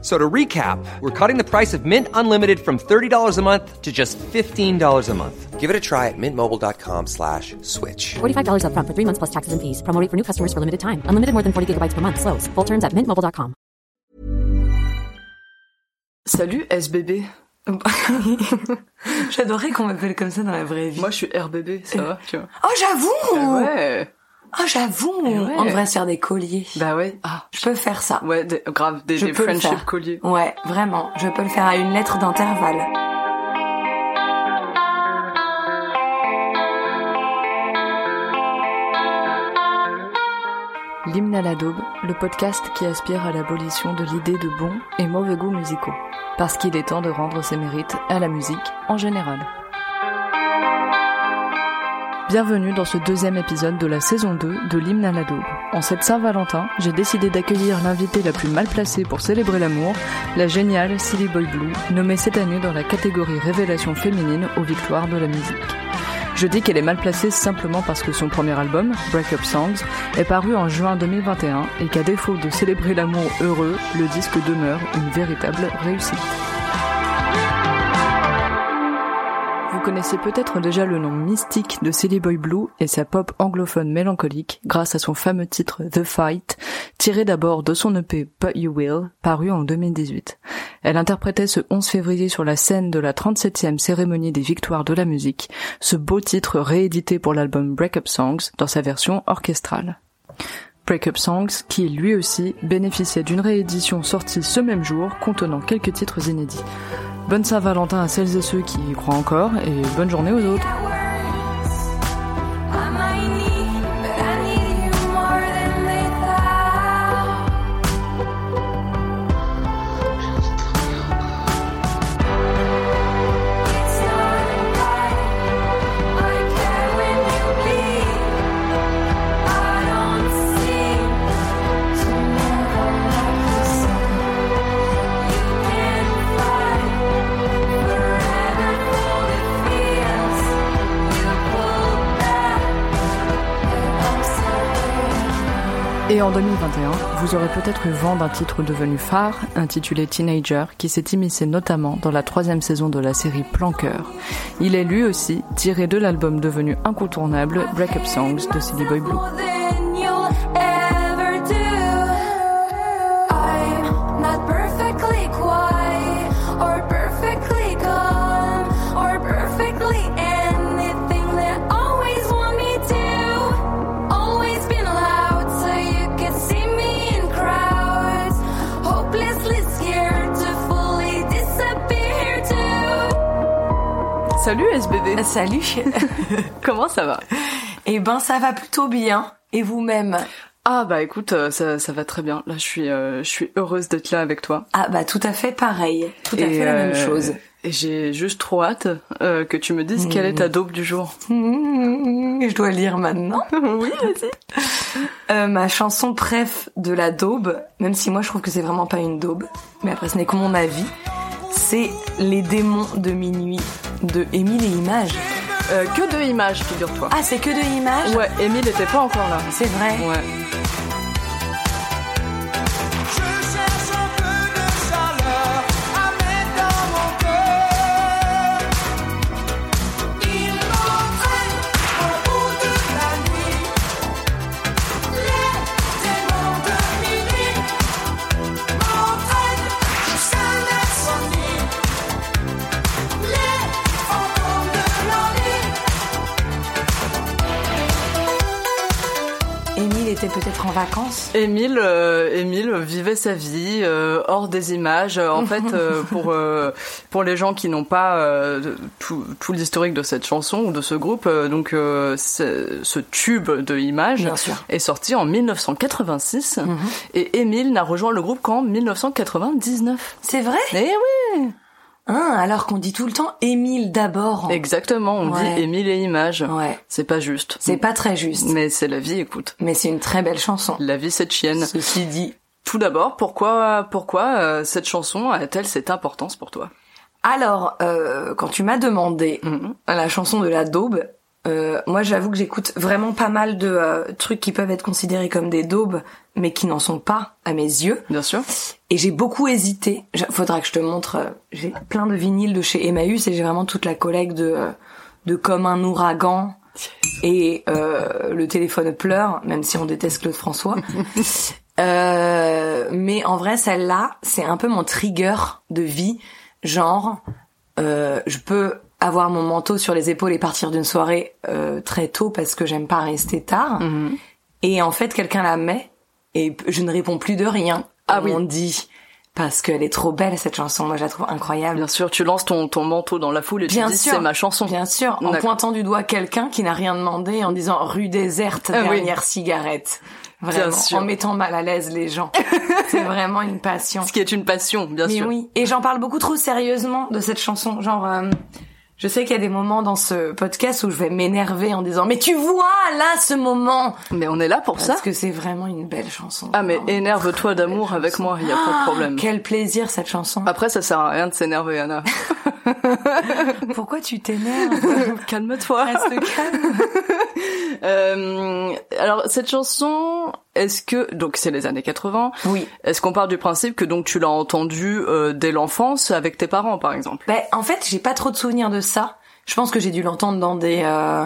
So to recap, we're cutting the price of Mint Unlimited from $30 a month to just $15 a month. Give it a try at mintmobile.com slash switch. $45 upfront for three months plus taxes and fees. Promo rate for new customers for limited time. Unlimited more than 40 gigabytes per month. Slows. Full terms at mintmobile.com. Salut SBB. J'adorais qu'on m'appelle comme ça dans la vraie vie. Moi, je suis RBB, ça va, tu vois. Oh, j'avoue Ah ouais. Oh, j'avoue ouais. On devrait se faire des colliers. Bah ouais. Ah, Je peux faire ça. ouais, des- grave, des, Je des peux le friendship faire. colliers. Ouais, vraiment. Je peux le faire à une lettre d'intervalle. L'hymne à la daube, le podcast qui aspire à l'abolition de l'idée de bons et mauvais goûts musicaux. Parce qu'il est temps de rendre ses mérites à la musique en général. Bienvenue dans ce deuxième épisode de la saison 2 de l'hymne à la daube. En cette Saint-Valentin, j'ai décidé d'accueillir l'invitée la plus mal placée pour célébrer l'amour, la géniale Silly Boy Blue, nommée cette année dans la catégorie Révélation féminine aux victoires de la musique. Je dis qu'elle est mal placée simplement parce que son premier album, Break Up Songs, est paru en juin 2021 et qu'à défaut de célébrer l'amour heureux, le disque demeure une véritable réussite. Vous connaissez peut-être déjà le nom mystique de Silly Boy Blue et sa pop anglophone mélancolique grâce à son fameux titre The Fight, tiré d'abord de son EP But You Will, paru en 2018. Elle interprétait ce 11 février sur la scène de la 37e cérémonie des victoires de la musique, ce beau titre réédité pour l'album Break Up Songs dans sa version orchestrale. Break Up Songs, qui lui aussi bénéficiait d'une réédition sortie ce même jour, contenant quelques titres inédits. Bonne Saint-Valentin à celles et ceux qui y croient encore, et bonne journée aux autres. Et en 2021, vous aurez peut-être eu vent d'un titre devenu phare, intitulé Teenager, qui s'est immiscé notamment dans la troisième saison de la série Plan Cœur. Il est lui aussi tiré de l'album devenu incontournable Break Up Songs de Silly Boy Blue. Salut SBB Salut Comment ça va Eh ben, ça va plutôt bien. Et vous-même Ah bah écoute, euh, ça, ça va très bien. Là, je suis, euh, je suis heureuse d'être là avec toi. Ah bah, tout à fait pareil. Tout à fait la même euh, chose. Et j'ai juste trop hâte euh, que tu me dises Mmh. quelle est ta daube du jour. Mmh, je dois lire maintenant. oui, Euh, ma chanson préf de la daube, même si moi je trouve que c'est vraiment pas une daube, mais après ce n'est que mon avis, c'est Les démons de minuit de Émile et Images. Euh, Que deux images, figure-toi. Ah, c'est que de Images Ouais, Emile n'était pas encore là. C'est vrai. Ouais. Émile était peut-être en vacances. Émile, euh, Émile vivait sa vie euh, hors des images. En fait, euh, pour euh, pour les gens qui n'ont pas euh, tout, tout l'historique de cette chanson ou de ce groupe, euh, donc euh, ce ce tube de images Bien sûr. est sorti en 1986 et Émile n'a rejoint le groupe qu'en 1999. C'est vrai Eh oui, Hein, alors qu'on dit tout le temps Émile d'abord. exactement. On Ouais. dit Émile et images. Ouais, C'est pas juste. c'est pas très juste, Mais c'est la vie. Écoute, mais c'est une très belle chanson. la vie c'est chienne. Ceci dit, tout d'abord, pourquoi, pourquoi euh, cette chanson a-t-elle cette importance pour toi Alors, euh, quand tu m'as demandé la chanson de la daube, euh, moi j'avoue que j'écoute vraiment pas mal de euh, trucs qui peuvent être considérés comme des daubes, mais qui n'en sont pas à mes yeux. Bien sûr. Et j'ai beaucoup hésité. Je- Faudra que je te montre. euh, J'ai plein de vinyles de chez Emmaüs et j'ai vraiment toute la collecte de euh, de comme un ouragan et euh, le téléphone pleure, même si on déteste Claude François. Euh, mais en vrai, celle-là, c'est un peu mon trigger de vie. Genre, euh, je peux avoir mon manteau sur les épaules et partir d'une soirée euh, très tôt parce que j'aime pas rester tard. Et en fait, quelqu'un la met et p- je ne réponds plus de rien. Ah oui. On dit parce qu'elle est trop belle cette chanson. Moi, je la trouve incroyable. Bien sûr, tu lances ton, ton manteau dans la foule et Bien tu dis sûr. c'est ma chanson. Bien sûr, en D'accord. pointant du doigt quelqu'un qui n'a rien demandé, en disant rue déserte, Ah oui. dernière cigarette. Vraiment, sûr. en mettant mal à l'aise les gens. C'est vraiment une passion. Ce qui est une passion, bien Mais sûr. oui, et j'en parle beaucoup trop sérieusement de cette chanson. Genre, euh, je sais qu'il y a des moments dans ce podcast où je vais m'énerver en disant mais tu vois là ce moment Mais on est là pour ça. parce que c'est vraiment une belle chanson. Ah mais Vraiment. énerve-toi d'amour avec moi, il y a pas de problème. Ah, Ah. Quel plaisir cette chanson. Après ça sert à rien de s'énerver Anna. Pourquoi tu t'énerves Calme-toi. Reste calme. Euh, alors cette chanson, est-ce que donc c'est les années 80 Oui. Est-ce qu'on part du principe que donc tu l'as entendue euh, dès l'enfance avec tes parents par exemple Ben, en fait, j'ai pas trop de souvenirs de ça. Je pense que j'ai dû l'entendre dans des euh,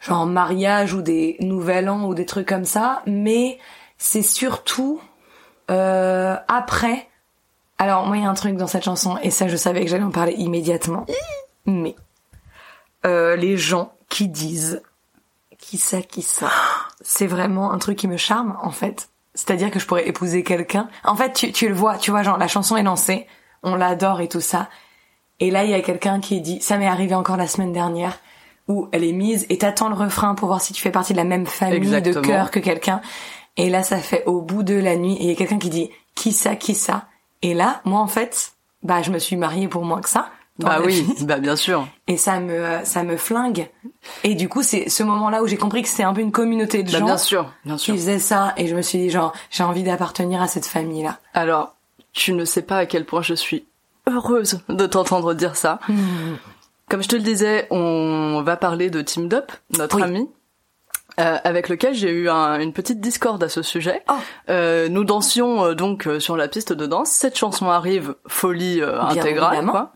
genre mariages ou des nouvel an ou des trucs comme ça, mais c'est surtout euh, après. Alors moi, il y a un truc dans cette chanson et ça, je savais que j'allais en parler immédiatement. Mais euh, les gens qui disent qui ça, qui ça, c'est vraiment un truc qui me charme en fait. C'est-à-dire que je pourrais épouser quelqu'un. En fait, tu, tu le vois, tu vois, genre la chanson est lancée, on l'adore et tout ça, et là, il y a quelqu'un qui dit, ça m'est arrivé encore la semaine dernière, où elle est mise et t'attends le refrain pour voir si tu fais partie de la même famille Exactement. de cœur que quelqu'un. Et là, ça fait au bout de la nuit, et il y a quelqu'un qui dit, qui ça, qui ça. Et là, moi, en fait, bah, je me suis mariée pour moins que ça. dans Bah ma oui, vie. bah bien sûr. Et ça me, ça me flingue. Et du coup, c'est ce moment-là où j'ai compris que c'était un peu une communauté de Bah gens bien sûr, bien qui sûr. faisaient ça, et je me suis dit, genre, j'ai envie d'appartenir à cette famille-là. Alors, tu ne sais pas à quel point je suis heureuse de t'entendre dire ça. Hmm. Comme je te le disais, on va parler de Team Dup, notre Oui. ami. euh, avec lequel j'ai eu un- une petite discorde à ce sujet. Oh. Euh, nous dansions euh, donc euh, sur la piste de danse. Cette chanson arrive, folie euh, Bien intégrale. évidemment. Quoi.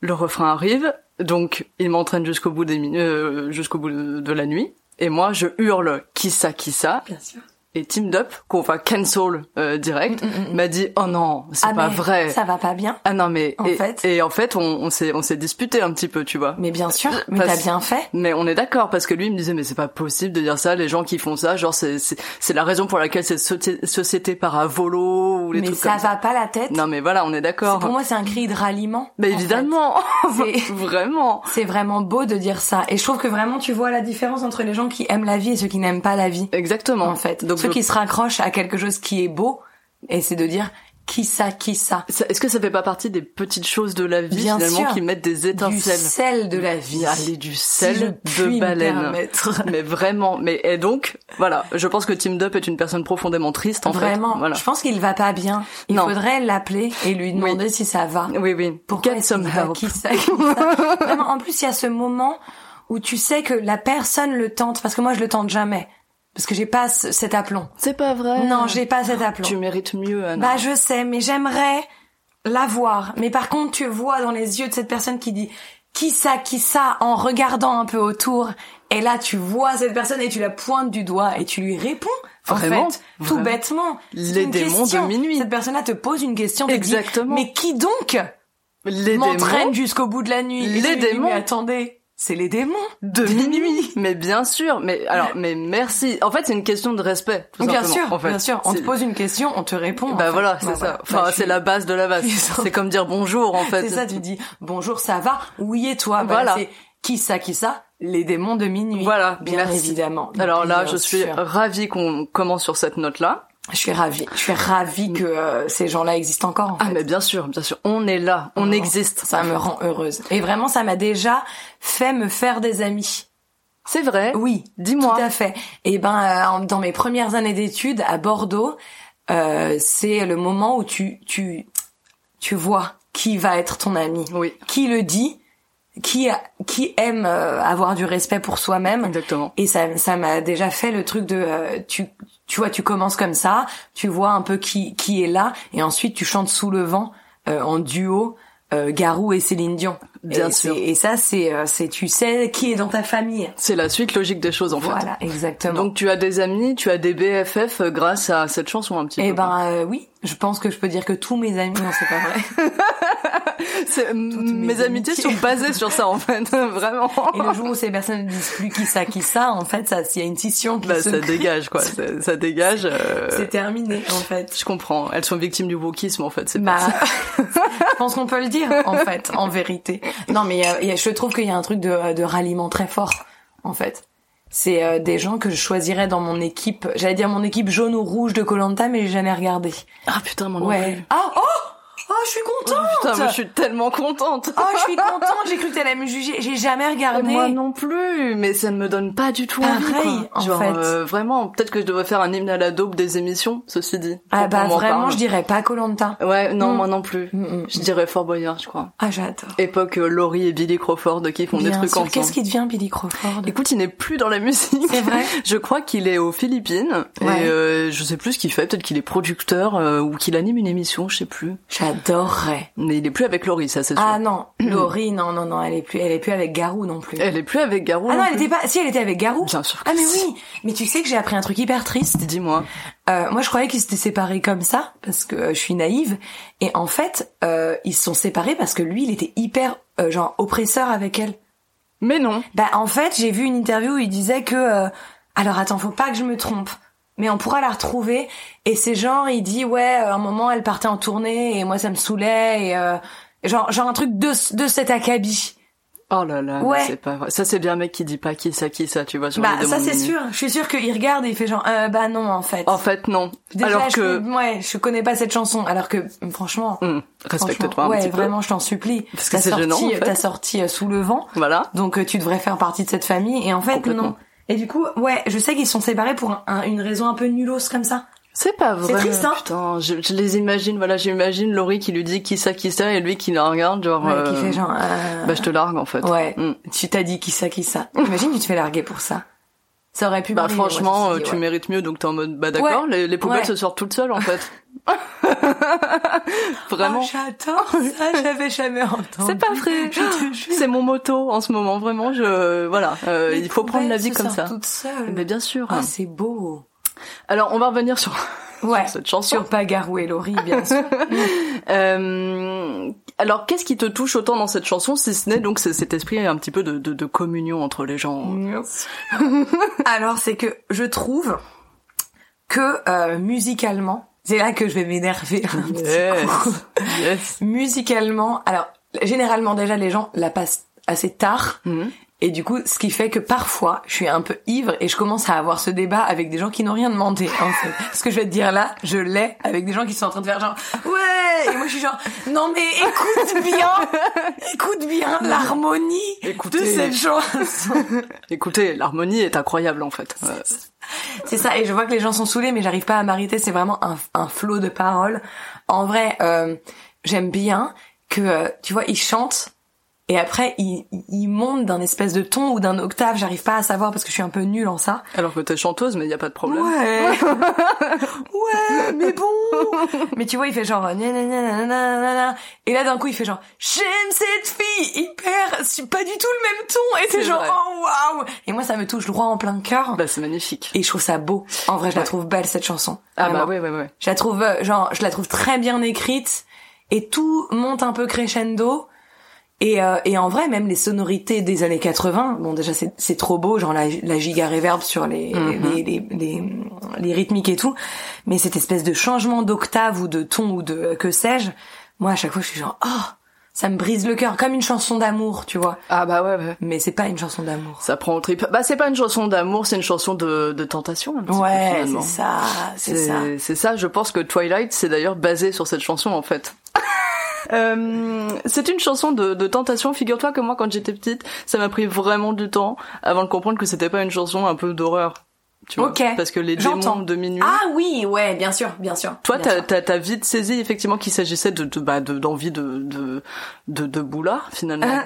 Le refrain arrive, donc il m'entraîne jusqu'au bout des minu- euh, jusqu'au bout de de la nuit. Et moi, je hurle qui ça, qui ça, Bien sûr. et Team Dup, qu'on va cancel euh, direct, Mm, m'a dit oh non, c'est Ah, pas mais vrai. Ça va pas bien. Ah non mais En et, fait- et en fait on, on s'est on s'est disputé un petit peu tu vois. Mais bien sûr, mais Parce- t'as bien fait. Mais on est d'accord parce que lui il me disait mais c'est pas possible de dire ça les gens qui font ça genre c'est c'est c'est la raison pour laquelle cette soci- société part à volo ou les mais trucs ça comme ça. va pas la tête. Non mais voilà on est C'est d'accord. pour moi, c'est un cri de ralliement. mais en évidemment fait. C'est- vraiment. fait. C'est vraiment beau de dire ça. Et je trouve que vraiment, tu vois la différence entre les gens qui aiment la vie et ceux qui n'aiment pas la vie. Exactement En fait. Donc ceux je- qui se raccrochent à quelque chose qui est beau, et c'est de dire qui ça, qui ça. ça- est-ce que ça fait pas partie des petites choses de la vie Bien finalement sûr. qui mettent des Du étincelles sel de la vie. Allez, du Si je sel puis de me baleine. permettre. Mais vraiment, mais et donc, voilà, je pense que Team Dup est une personne profondément triste en Vraiment. fait. Voilà. Je pense qu'il va pas bien. Il Non. faudrait l'appeler et lui demander si ça va. Oui, oui. Pourquoi Get est-ce qu'il some dit pas help. qui ça, qui ça Vraiment, en plus, il y a ce moment où tu sais que la personne le tente, parce que moi, je le tente jamais. Parce que j'ai pas ce- cet aplomb. C'est pas vrai. Non, j'ai pas cet aplomb. Tu mérites mieux, Anna. Bah, je sais, mais j'aimerais l'avoir. Mais par contre, tu vois dans les yeux de cette personne qui dit qui ça, qui ça, en regardant un peu autour. Et là, tu vois cette personne et tu la pointes du doigt et tu lui réponds. Vraiment, en fait, tout vraiment. bêtement. C'est Les une démons de question. minuit. Cette personne-là te pose une question. tu te dis, Exactement. mais qui donc les Bah, m'entraîne démons jusqu'au bout de la nuit. Et Les tu lui dis, démons. Mais attendez, c'est les démons. de minuit. mais bien sûr. Mais alors, mais merci. En fait, c'est une question de respect. tout Bien simplement, sûr, en fait. bien sûr. On te C'est- pose une question, on te répond. en Bah fait. voilà, c'est Bah ça. voilà. Enfin, Bah, je c'est suis- la base de la base. Je suis- C'est comme dire bonjour en fait. C'est ça, tu dis bonjour, ça va, oui et toi. Bah, Voilà. C'est qui ça, qui ça Les démons de minuit. Voilà, bien merci. évidemment. Alors là, Bien je suis sûr. ravie qu'on commence sur cette note là. je suis ravie. Je suis ravie que euh, ces gens-là existent encore. en Ah fait. mais bien sûr, bien sûr, on est là, on Oh, existe. Ça me rend heureuse. Et vraiment, ça m'a déjà fait me faire des amis. C'est vrai. Oui, Dis-moi. Eh Tout à fait. Et ben, euh, en- dans mes premières années d'études à Bordeaux, euh, c'est le moment où tu tu tu vois qui va être ton ami, Oui, qui le dit, qui a- qui aime euh, avoir du respect pour soi-même. exactement. Et ça, ça m'a déjà fait le truc de euh, tu, tu vois, tu commences comme ça, tu vois un peu qui qui est là, et ensuite tu chantes sous le vent euh, en duo. euh, Garou et Céline Dion. Bien Et sûr. c'est- Et ça, c'est, euh, c'est, tu sais qui est dans ta famille. C'est la suite logique des choses en fait. Voilà, exactement. Donc tu as des amis, tu as des BFF euh, grâce à cette chanson un petit eh peu. ben euh, oui, je pense que je peux dire que tous mes amis, non, c'est pas vrai. C'est- euh, mes, mes amitiés amitiés. sont basées sur ça en fait, vraiment. Et le jour où ces personnes ne disent plus qui ça, qui ça, en fait, ça, s'il y a une scission qui Bah, se ça crée, dégage quoi, ça, ça dégage. euh, c'est terminé, en fait. Je comprends. Elles sont victimes du wokisme en fait. C'est Bah, pas ça. je pense qu'on peut le dire, en fait, en vérité. Non, mais il y a- il y a- je trouve qu'il y a un truc de, de ralliement très fort, en fait. C'est euh, des gens que je choisirais dans mon équipe, j'allais dire mon équipe jaune ou rouge de Colanta, mais j'ai jamais regardé. Ah putain, mon Ouais. Ah, oh Oh, je suis contente Putain, moi, je suis tellement contente. Oh, je suis contente, j'ai cru que t'allais me juger, j'ai jamais Et regardé. moi non plus, mais ça ne me donne pas du tout envie. Pareil, quoi. en Genre, fait. euh, vraiment, peut-être que je devrais faire un hymne à la daube des émissions, ceci dit. Pour Ah qu'on bah m'en vraiment, parle. je dirais pas Colanta. Ouais, non, Mm. moi non plus. Je dirais Fort Boyard, je crois. Ah, j'adore. Époque euh, Laurie et Billy Crawford qui font des Bien trucs sûr. ensemble. Qu'est-ce qui devient Billy Crawford Écoute, il n'est plus dans la musique. C'est vrai Je crois qu'il est aux Philippines. Ouais. Et euh, je sais plus ce qu'il fait. Peut-être qu'il est producteur euh, ou qu'il anime une émission, je sais plus. J'adorerais. Mais il est plus avec Laurie, ça c'est sûr. Ah non, Laurie, non, non, non, elle est plus, elle est plus avec Garou non plus. Elle est plus avec Garou. Ah non, non elle plus. était pas. Si, elle était avec Garou. Euh, Bien sûr que Ah mais si. oui. Mais tu sais que j'ai appris un truc hyper triste. Dis-moi. Euh, moi, je croyais qu'ils s'étaient séparés comme ça parce que euh, je suis naïve. Et en fait, euh, ils se sont séparés parce que lui, il était hyper euh, genre oppresseur avec elle. Mais non. Bah en fait, j'ai vu une interview où il disait que euh, alors attends, faut pas que je me trompe. Mais on pourra la retrouver et c'est genre il dit ouais, euh, à un moment elle partait en tournée et moi ça me saoulait et euh, genre genre un truc de de cet acabit. Oh là là, mais Ouais. c'est pas vrai. Ça c'est bien un mec qui dit pas qui ça, qui ça, tu vois. sur Bah les ça demandes c'est menus. sûr, je suis sûre qu'il regarde et il fait genre euh, bah non en fait. En fait non. Déjà, Alors je, que ouais, je connais pas cette chanson alors que franchement Hum, respecte-toi un franchement, ouais, petit peu. vraiment, je t'en supplie. Parce que T'as c'est sorti- gênant, en fait. T'as sorti euh, sous le vent. Voilà. Donc euh, tu devrais faire partie de cette famille et en fait Complètement. non. Et du coup, ouais, je sais qu'ils sont séparés pour un- un- une raison un peu nulos comme ça. C'est pas vrai. C'est triste, hein. Putain, je, je les imagine. Voilà, j'imagine Laurie qui lui dit qui ça, qui ça, et lui qui la regarde genre. Ouais, euh, qui fait genre euh, Bah je te largue en fait. ouais, Hum. tu t'as dit qui ça qui ça. Imagine tu te fais larguer pour ça. Ça aurait pu Bah m'arriver, moi, franchement, ceci dit, euh, tu ouais. mérites mieux, donc t'es en mode bah d'accord, Ouais. les, les poubelles Ouais. se sortent toutes seules en fait. Oh, Vraiment. Ah, j'adore ça, j'avais jamais entendu. c'est pas vrai. Je te jure. C'est mon moto en ce moment, vraiment. Je voilà, euh, Les il faut prendre la poubelles vie se comme sortent ça. Toute seule. Mais bien sûr. Ah, c'est beau. Alors on va revenir sur Ouais. cette chanson. Sur Pagarou et Laurie, bien sûr. Euh, alors, qu'est-ce qui te touche autant dans cette chanson, si ce n'est donc ce- cet esprit un petit peu de, de, de communion entre les gens Alors, c'est que je trouve que euh, musicalement, c'est là que je vais m'énerver un petit coup. yes. Musicalement, alors généralement déjà les gens la passent assez tard. Mhm. Et du coup, ce qui fait que parfois, je suis un peu ivre et je commence à avoir ce débat avec des gens qui n'ont rien demandé, en fait. Ce que je vais te dire là, je l'ai avec des gens qui sont en train de faire genre, ouais! Et moi, je suis genre, non mais écoute bien! Écoute bien l'harmonie de Écoutez. cette chanson! Écoutez, l'harmonie est incroyable en fait. Euh, C'est ça, et je vois que les gens sont saoulés, mais j'arrive pas à m'arrêter. C'est vraiment un, un flot de paroles. En vrai, euh, j'aime bien que, euh, tu vois, ils chantent et après ils, ils montent d'un espèce de ton ou d'un octave. J'arrive pas à savoir parce que je suis un peu nulle en ça. alors que t'es chanteuse, mais il n'y a pas de problème. Euh, ouais, mais bon. Mais tu vois, il fait genre gna gna gna gna gna gna gna. et là d'un coup il fait genre j'aime cette fille hyper, c'est pas du tout le même ton et c'est C'est genre vrai. oh waouh. Et moi ça me touche droit en plein cœur. Bah, c'est magnifique. Et je trouve ça beau. En vrai, je la Ouais. trouve belle cette chanson. Ah bah Vraiment. ouais, ouais, ouais. Je la trouve, euh, genre, je la trouve très bien écrite et tout monte un peu crescendo. Et, euh, et en vrai, même les sonorités des années 80, bon déjà c'est c'est trop beau, genre la, la giga reverb sur les, les, les, les, les rythmiques et tout, mais cette espèce de changement d'octave ou de ton ou de euh, que sais-je, moi à chaque fois je suis genre oh ça me brise le cœur comme une chanson d'amour, tu vois. Ah bah ouais, ouais. Mais c'est pas une chanson d'amour. Ça prend au trip. Bah, c'est pas une chanson d'amour, c'est une chanson de, de tentation. un petit peu, Ouais, finalement. c'est ça, c'est ça. C'est c'est ça. je pense que Twilight, c'est d'ailleurs basé sur cette chanson en fait. Euh, c'est une chanson de, de tentation. Figure-toi que moi, quand j'étais petite, ça m'a pris vraiment du temps avant de comprendre que c'était pas une chanson un peu d'horreur. Tu vois, Ok. Parce que les démons J'entends. de minuit. Ah oui, ouais, bien sûr, bien sûr. Toi, bien t'as, sûr. t'as, t'as vite saisi effectivement qu'il s'agissait de, de- bah, de- d'envie de, de, de, de boulard finalement.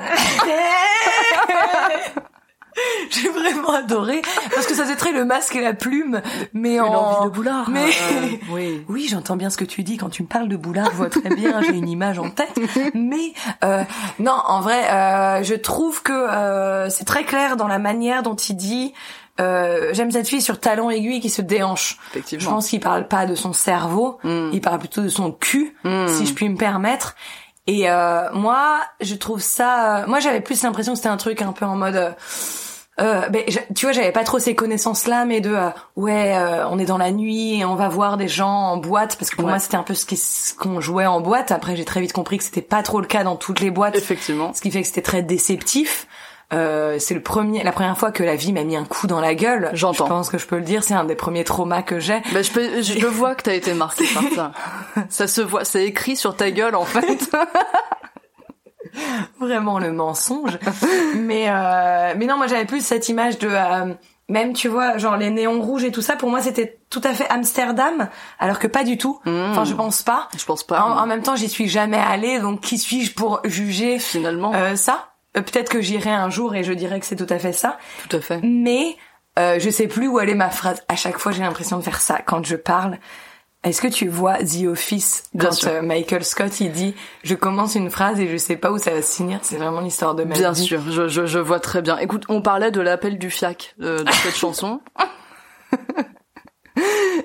J'ai vraiment adoré parce que ça faisait très le masque et la plume, mais Une en envie de boulard. Mais Euh, oui. oui, j'entends bien ce que tu dis quand tu me parles de boulard. Je vois très bien, j'ai une image en tête. Mais euh, non, en vrai, euh, je trouve que euh, c'est très clair dans la manière dont il dit. euh, J'aime cette fille sur talon aiguille qui se déhanche. Je Effectivement. Hmm. pense qu'il parle pas de son cerveau, il parle plutôt de son cul, si je puis me permettre. Et euh, moi, je trouve ça. euh, moi, j'avais plus l'impression que c'était un truc un peu en mode. euh, euh, ben, j'a- tu vois, j'avais pas trop ces connaissances-là, mais de euh, ouais, euh, on est dans la nuit et on va voir des gens en boîte, parce que pour Ouais. moi, c'était un peu ce qui- ce qu'on jouait en boîte. Après, j'ai très vite compris que c'était pas trop le cas dans toutes les boîtes. Effectivement. Ce qui fait que c'était très déceptif. Euh, c'est le premier, la première fois que la vie m'a mis un coup dans la gueule. J'entends. Je pense que je peux le dire. C'est un des premiers traumas que j'ai. Bah, je, peux- je le vois que t'as été marqué par ça. Ça se voit, c'est écrit sur ta gueule en fait. Vraiment le mensonge. mais euh, mais non, moi j'avais plus cette image de euh, même tu vois genre les néons rouges et tout ça. Pour moi c'était tout à fait Amsterdam, alors que pas du tout. Enfin je pense pas. Je pense En, pas. en même temps j'y suis jamais allée, donc qui suis-je pour juger Finalement, euh, ça Euh, Peut-être que j'irai un jour et je dirai que c'est tout à fait ça. tout à fait. mais euh, je sais plus où aller ma phrase. À chaque fois, j'ai l'impression de faire ça quand je parle. Est-ce que tu vois The Office Bien quand sûr. euh, Michael Scott il dit je commence une phrase et je sais pas où ça va se finir C'est vraiment l'histoire de ma Bien vie. sûr, je, je, je vois très bien. Écoute, on parlait de l'appel du fiac euh, de cette chanson.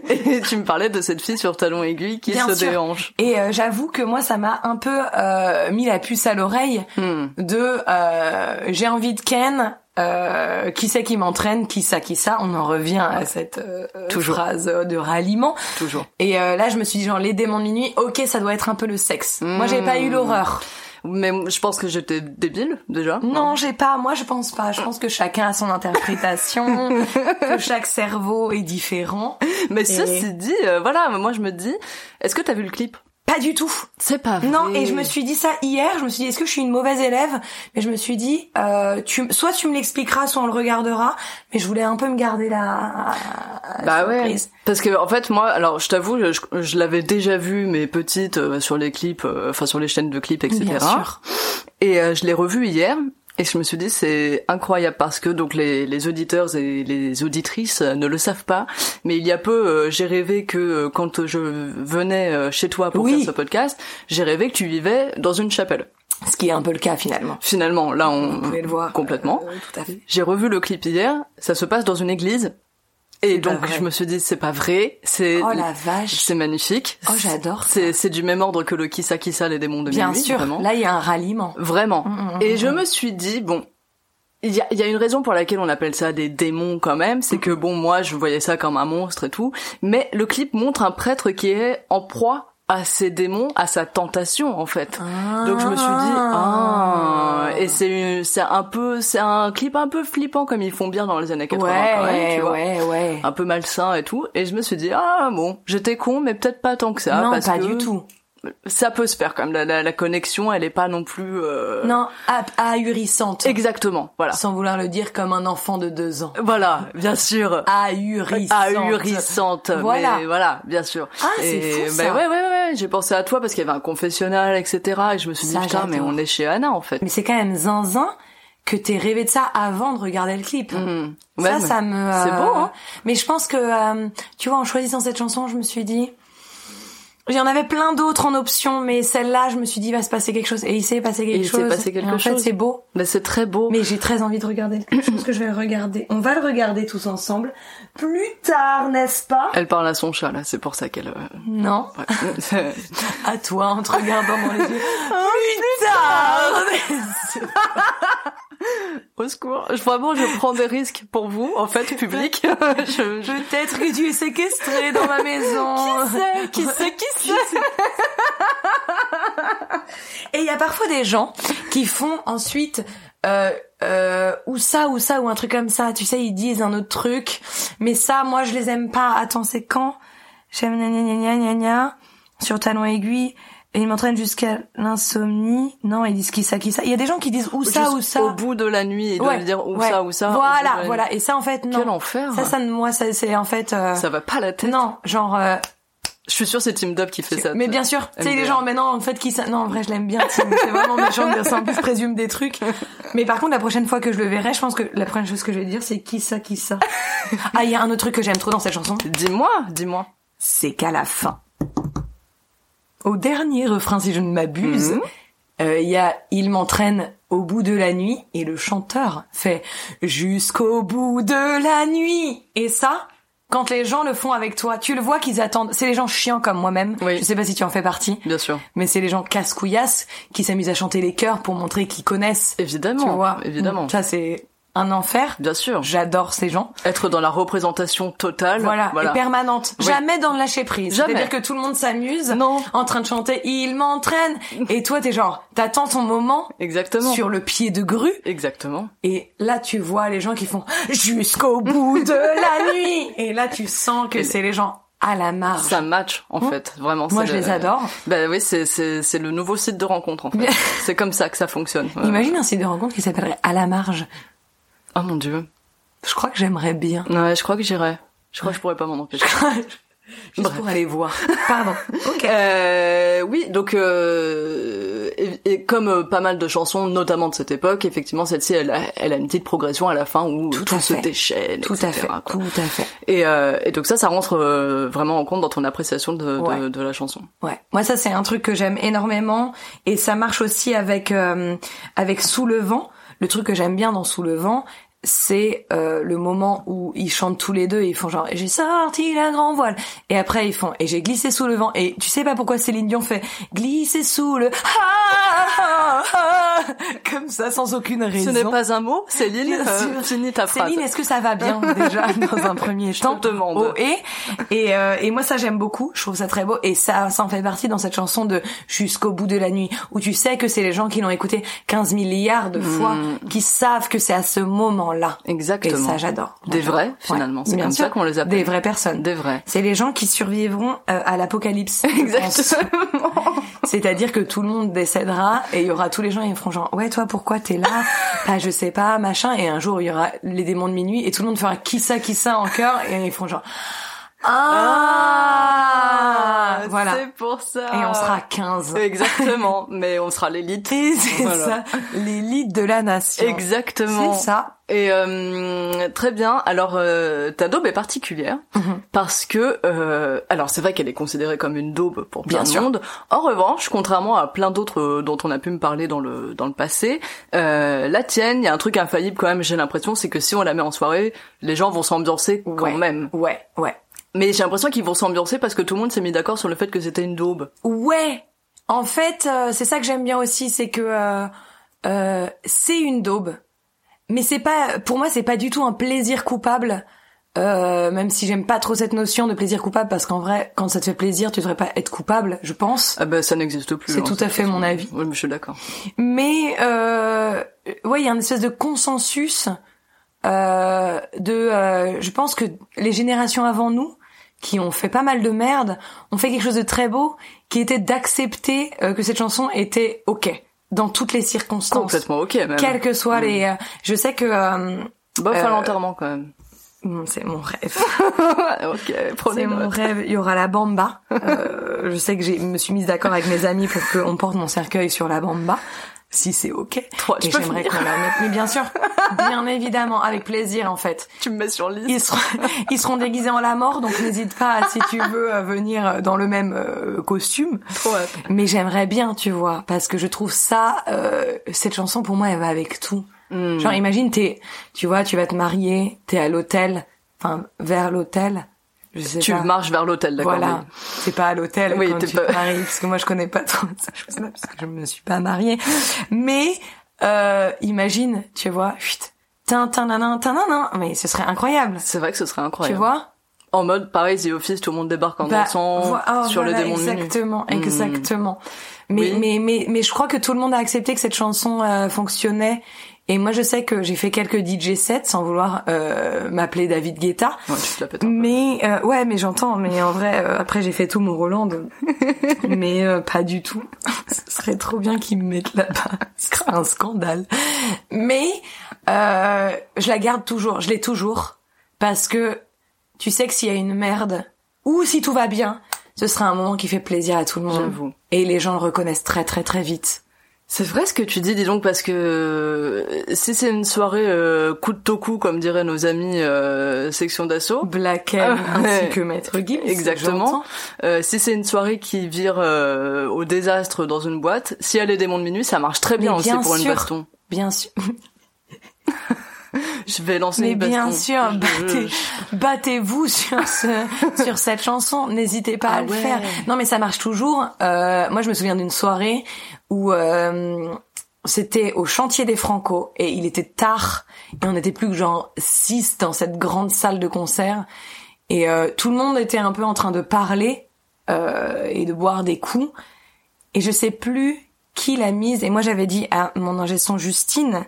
Et tu me parlais de cette fille sur talon aiguille qui Bien se sûr. déhanche. Et euh, j'avoue que moi ça m'a un peu euh, mis la puce à l'oreille de euh, j'ai envie de Ken. euh, qui c'est qui m'entraîne, qui ça, qui ça, on en revient à cette euh, Toujours. phrase euh, de ralliement. Toujours. Et euh, là, je me suis dit genre les démons de minuit, ok, ça doit être un peu le sexe. Moi, Hmm. j'ai pas eu l'horreur. Mais je pense que j'étais débile déjà. Non, j'ai pas. Moi, je pense pas. Je pense que chacun a son interprétation, que chaque cerveau est différent. Mais Et- ceci dit, euh, voilà, moi je me dis, est-ce que t'as vu le clip Pas du tout. C'est pas vrai. Non, et je me suis dit ça hier. Je me suis dit, est-ce que je suis une mauvaise élève Mais je me suis dit, euh, tu, soit tu me l'expliqueras, soit on le regardera. Mais je voulais un peu me garder la. Bah ouais. surprise. Parce que en fait moi, alors je t'avoue, je, je l'avais déjà vu mais petite euh, sur les clips, euh, enfin sur les chaînes de clips, etc. Bien sûr. Et euh, je l'ai revu hier. Et je me suis dit c'est incroyable parce que donc les, les auditeurs et les auditrices euh, ne le savent pas, mais il y a peu euh, j'ai rêvé que euh, quand je venais euh, chez toi pour Oui. faire ce podcast, j'ai rêvé que tu vivais dans une chapelle. Ce qui est un peu le cas finalement. Finalement là on Vous pouvez le voir complètement. Euh, tout à fait. J'ai revu le clip hier, ça se passe dans une église. Et C'est pas donc vrai. je me suis dit c'est pas vrai, c'est Oh la vache. c'est magnifique. Oh, j'adore ça. C'est c'est du même ordre que le Kissa Kissa les démons de Bien minuit, sûr. vraiment. Là, il y a un ralliement. Vraiment. Mm, mm, Et je me suis dit bon, il y a, il y a une raison pour laquelle on appelle ça des démons quand même, c'est que bon moi je voyais ça comme un monstre et tout, mais le clip montre un prêtre qui est en proie à ses démons, à sa tentation en fait. Donc je me suis dit ah et c'est c'est un peu c'est un clip un peu flippant comme ils font bien dans les années 80 Ouais, quand même, tu vois. ouais, ouais. Un peu malsain et tout et je me suis dit ah bon, j'étais con mais peut-être pas tant que ça non, Ah, parce pas que du tout. Ça peut se faire quand même la, la, la connexion, elle est pas non plus euh, Non, ah- ahurissante. exactement, voilà. Sans vouloir le dire comme un enfant de deux Euh, ans. Voilà, bien sûr. Ahurissante. Ahurissante. Voilà. Mais voilà, bien sûr. Ah, c'est Et, fou, bah ça. ouais, ouais, ouais, j'ai pensé à toi parce qu'il y avait un confessionnal, etc. Et je me suis dit, Ça, putain, mais j'adore. on est chez Anna, en fait. Mais c'est quand même zinzin que t'aies rêvé de ça avant de regarder le clip. Mmh, Ouais, ça, mais ça me. c'est euh, beau, hein. Mais je pense que, euh, tu vois, en choisissant cette chanson, je me suis dit. Il y en avait plein d'autres en option, mais celle-là, je me suis dit, il va se passer quelque chose. Et il s'est passé quelque il s'est chose. passé quelque Et en fait, chose. c'est beau. Mais c'est très beau. Mais j'ai très envie de regarder le clip. Je pense que je vais le regarder. On va le regarder tous ensemble. Plus tard, n'est-ce pas Elle parle à son chat, là, c'est pour ça qu'elle... euh, Non. ouais. À toi, en te regardant dans les yeux. Oh, Plus tard Au secours. Je- Vraiment, je prends des risques pour vous, en fait, public. je, je... Peut-être que tu es séquestré dans ma maison. Qui sait, qui sait Et il y a parfois des gens qui font ensuite euh, euh, ou ça ou ça ou un truc comme ça. Tu sais, ils disent un autre truc, mais ça, moi, je les aime pas. Attends, c'est quand J'aime gna gna gna gna gna gna. sur Talon Aiguille. Et il m'entraîne jusqu'à l'insomnie. Non, ils disent qui ça, qui ça. Il y a des gens qui disent où ça, Juste où ça. Au bout de la nuit, ils Ouais, doivent dire où ouais. ça, où ça. au bout de Voilà, la nuit. voilà. Et ça, en fait, non. Quel enfer. Ça, ça, moi, ça, c'est en fait. euh, Ça va pas la tête. non, genre. euh, Je suis sûre c'est Team Dub qui fait ça. mais bien sûr, tu sais, les MDR. gens, mais non, en fait, qui ça. Non, en vrai, je l'aime bien, Tim. C'est vraiment méchant de dire ça. En plus, je présume des trucs. Mais par contre, la prochaine fois que je le verrai, je pense que la première chose que je vais dire, c'est qui ça, qui ça. Ah, il y a un autre truc que j'aime trop dans cette chanson. Dis-moi, dis-moi. c'est qu'à la fin, au dernier refrain, si je ne m'abuse, Mhm. euh, il y a Il m'entraîne au bout de la nuit et le chanteur fait Jusqu'au bout de la nuit. Et ça, quand les gens le font avec toi, tu le vois qu'ils attendent. C'est les gens chiants comme moi-même. Oui. Je sais pas si tu en fais partie. Bien sûr. Mais c'est les gens casse-couillasses qui s'amusent à chanter les chœurs pour montrer qu'ils connaissent. Évidemment, tu vois. évidemment. Ça, c'est un enfer. Bien sûr. J'adore ces gens. Être dans la représentation totale. Voilà, et permanente. Oui. Jamais dans le lâcher prise. Jamais. C'est-à-dire que tout le monde s'amuse Non. en train de chanter Il m'entraîne. Et toi, t'es genre, t'attends ton moment Exactement. sur le pied de grue. Exactement. Et là, tu vois les gens qui font jusqu'au bout de la nuit. Et là, tu sens que c'est les gens à la marge. Ça match en fait, vraiment. Mmh. Moi, c'est je le- les adore. Bah oui, c'est c'est c'est le nouveau site de rencontre en fait. c'est comme ça que ça fonctionne. Ouais. Imagine un site de rencontre qui s'appellerait À la marge. Oh mon dieu. Je crois que j'aimerais bien. Ouais, je crois que j'irai. Je crois que je pourrais pas m'en empêcher. Juste pour aller voir. Pardon. Ok. Euh, oui, donc euh, et, et comme euh, pas mal de chansons, notamment de cette époque, effectivement, celle-ci, elle, a- elle a une petite progression à la fin où tout, à se fait. déchaîne, Tout à etc., fait. quoi. Tout à fait. Et, euh, et donc ça, ça rentre euh, vraiment en compte dans ton appréciation de, de- Ouais. de la chanson. Ouais, moi ça c'est un truc que j'aime énormément et ça marche aussi avec euh, avec Sous le vent. Le truc que j'aime bien dans Sous le vent, c'est euh, le moment où ils chantent tous les deux et ils font genre j'ai sorti la grand voile et après ils font et j'ai glissé sous le vent et tu sais pas pourquoi Céline Dion fait glisser sous le Ah, ah, ah comme ça sans aucune raison. un mot, Céline. Bien euh, sûr. finis ta phrase. Céline, est-ce que ça va bien déjà dans un premier temps te demande. Oh, et et, euh, et moi ça j'aime beaucoup, je trouve ça très beau et ça ça en fait partie dans cette chanson de jusqu'au bout de la nuit où tu sais que c'est les gens qui l'ont écouté 15 milliards de fois qui savent que c'est à ce moment-là. Hmm. Exactement. Et ça j'adore. Des vrais, finalement. C'est bien comme ça sûr. qu'on les appelle. Des vraies personnes. Des vrais. C'est les gens qui survivront euh, à l'apocalypse. je pense. Exactement. C'est-à-dire que tout le monde décédera et il y aura tous les gens et ils feront genre ouais toi pourquoi t'es là bah je sais pas machin et un jour il y aura les démons de minuit et tout le monde fera qui ça qui ça en cœur et ils feront genre ah, voilà C'est pour ça. et on sera 15 Exactement. Mais on sera l'élite. et c'est Voilà. ça l'élite de la nation Exactement. c'est ça Et euh, très bien. Alors euh, ta daube est particulière Mhm. parce que euh, alors c'est vrai qu'elle est considérée comme une daube pour plein Bien de sûr. monde. En revanche, contrairement à plein d'autres euh, dont on a pu me parler dans le dans le passé, euh, la tienne, il y a un truc infaillible quand même. J'ai l'impression, c'est que si on la met en soirée, les gens vont s'ambiancer quand Ouais. même. ouais ouais Mais j'ai l'impression qu'ils vont s'ambiancer parce que tout le monde s'est mis d'accord sur le fait que c'était une daube. Ouais. En fait, euh, c'est ça que j'aime bien aussi, c'est que euh, euh, c'est une daube, mais c'est pas, pour moi, c'est pas du tout un plaisir coupable. euh, même si j'aime pas trop cette notion de plaisir coupable, parce qu'en vrai, quand ça te fait plaisir, tu devrais pas être coupable, je pense. Ah ben ça n'existe plus. C'est hein, tout ça. à fait mon avis. Oui, mais je suis d'accord. Mais euh, ouais, il y a une espèce de consensus euh, de. euh, je pense que les générations avant nous, qui ont fait pas mal de merde, ont fait quelque chose de très beau, qui était d'accepter euh, que cette chanson était ok dans toutes les circonstances, Complètement ok même. quelles que soient les. euh, je sais que euh, Bof à Euh, l'enterrement quand même. Ah, bon, c'est mon rêve. ok, prenez C'est mon note. rêve. Il y aura la bamba. Euh, je sais que j'ai- me suis mise d'accord avec mes amis pour qu'on porte mon cercueil sur la bamba, si c'est ok. Trois, je Et peux j'aimerais finir qu'on la mette. Mais bien sûr, bien évidemment, avec plaisir en fait. Tu me mets sur liste. Ils seront, ils seront déguisés en la mort, donc n'hésite pas si tu veux à venir dans le même euh, costume. Trop hâte. Mais j'aimerais bien, tu vois, parce que je trouve ça, euh, cette chanson pour moi, elle va avec tout. Hmm. Genre, imagine, t'es, tu vois, tu vas te marier, t'es à l'hôtel, enfin, vers l'hôtel. Je sais Tu pas. marches vers l'hôtel, d'accord Voilà, oui. c'est pas à l'hôtel Oui, quand t'es tu pas- te maries, parce que moi je connais pas trop ça, je sais pas, parce que je me suis pas mariée. Mais euh, imagine, tu vois, chut, tin tin nan nan, tin nan nan, mais ce serait incroyable, C'est vrai que ce serait tu incroyable. vois En mode, pareil, The Office, tout le monde débarque en Bah, dansant vo- oh, sur voilà, le démon de minuit. Exactement, exactement. Mais, Oui. mais mais mais je crois que tout le monde a accepté que cette chanson euh, fonctionnait Et moi, je sais que j'ai fait quelques DJ sets sans vouloir euh, m'appeler David Guetta. Ouais, tu te la pètes hein. un peu. Mais euh, ouais, mais j'entends. Mais en vrai, euh, après j'ai fait tout mon Roland, mais euh, pas du tout. Ce serait trop bien qu'ils me mettent là-bas. Ce serait un scandale. Mais euh, je la garde toujours. Je l'ai toujours parce que tu sais que s'il y a une merde ou si tout va bien, ce sera un moment qui fait plaisir à tout le monde. J'avoue. Et les gens le reconnaissent très très très vite. C'est vrai ce que tu dis, dis donc, parce que euh, si c'est une soirée euh, coup de toku, comme diraient nos amis euh, section d'assaut, Black M, Ah, ouais. ainsi que Maître Gims. Exactement. j'entends. euh, si c'est une soirée qui vire euh, au désastre dans une boîte, si elle est démon de minuit, ça marche très bien Mais aussi bien pour une sûr. baston. Bien sûr. Je vais lancer Mais une baston. bien sûr, Je- battez, battez-vous sur ce, sur cette chanson. N'hésitez pas à Ah le ouais. faire. Non, mais ça marche toujours. Euh, moi, je me souviens d'une soirée où euh, c'était au chantier des Franco et il était tard et on était plus que genre six dans cette grande salle de concert et euh, tout le monde était un peu en train de parler euh, et de boire des coups et je sais plus qui l'a mise et moi j'avais dit à mon ingé son Justine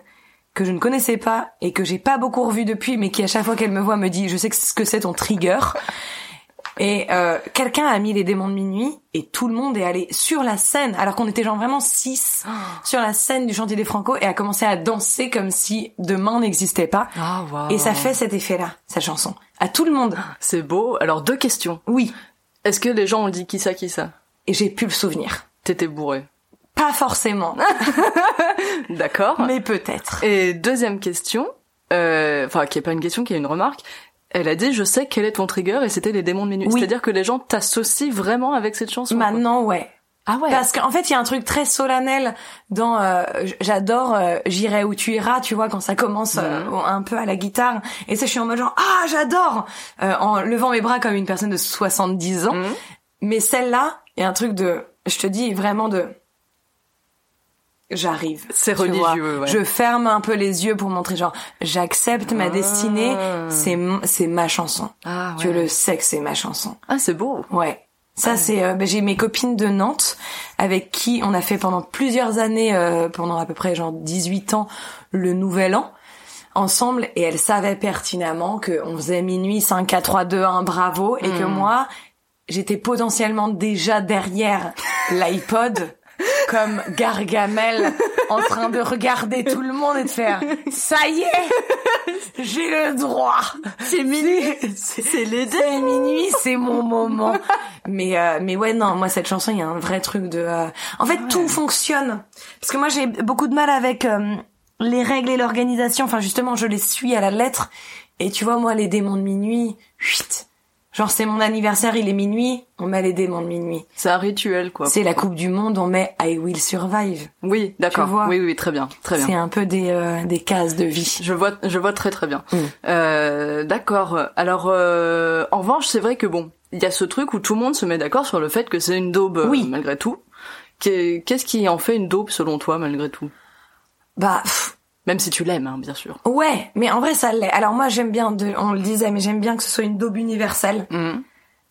que je ne connaissais pas et que j'ai pas beaucoup revu depuis mais qui à chaque fois qu'elle me voit me dit je sais que c'est ce que c'est ton trigger et euh, quelqu'un a mis les démons de minuit et tout le monde est allé sur la scène alors qu'on était genre vraiment six sur la scène du chantier des Franco et a commencé à danser comme si demain n'existait pas Ah, waouh. et ça fait cet effet là sa chanson à tout le monde C'est beau. Alors deux questions. oui Est-ce que les gens ont dit qui ça, qui ça et j'ai pu le souvenir T'étais bourré. pas forcément D'accord. mais peut-être Et deuxième question, euh, enfin qui est pas une question, qui est une remarque. Elle a dit, je sais quel est ton trigger et c'était les démons de minuit. Oui. C'est-à-dire que les gens t'associent vraiment avec cette chanson. quoi. maintenant ouais Ah ouais. Parce qu'en fait, il y a un truc très solennel dans euh, j- j'adore euh, j'irai où tu iras, tu vois quand ça commence euh, Mhm. un peu à la guitare et ça je suis en mode genre ah, j'adore euh, en levant mes bras comme une personne de 70 ans. Mhm. Mais celle-là, il y a un truc de je te dis vraiment de j'arrive. C'est tu vois. religieux, ouais. Je ferme un peu les yeux pour montrer genre j'accepte ma destinée, c'est mon- c'est ma chanson. Ah, Tu ouais. le sais que c'est ma chanson. Ah c'est beau. Ouais. Ça c'est euh, ben, j'ai mes copines de Nantes avec qui on a fait pendant plusieurs années euh, pendant à peu près genre 18 ans le nouvel an ensemble et elles savaient pertinemment que on faisait minuit 5 4 3 2 1 bravo et que moi j'étais potentiellement déjà derrière l'iPod comme Gargamel en train de regarder tout le monde et de faire ça y est j'ai le droit c'est minuit c'est les c'est minuit c'est mon moment mais euh, mais ouais non moi cette chanson il y a un vrai truc de euh, en fait tout fonctionne parce que moi j'ai beaucoup de mal avec euh, les règles et l'organisation enfin justement je les suis à la lettre et tu vois moi les démons de minuit chut. genre c'est mon anniversaire il est minuit on met les démons de minuit C'est un rituel quoi. c'est la Coupe du Monde, on met I Will Survive. Oui, d'accord. Tu vois. Oui, oui, très bien, très bien. C'est un peu des, euh, des cases de vie. Je vois, je vois très très bien. Mm. Euh, d'accord. Alors, euh, en revanche, c'est vrai que bon, il y a ce truc où tout le monde se met d'accord sur le fait que c'est une daube euh, Oui. malgré tout. Qu'est- Qu'est-ce qui en fait une daube selon toi malgré tout Bah, pff, Même si tu l'aimes, hein, bien sûr. ouais, mais en vrai, ça l'est. Alors moi, j'aime bien, de, on le disait, mais j'aime bien que ce soit une daube universelle. Mm.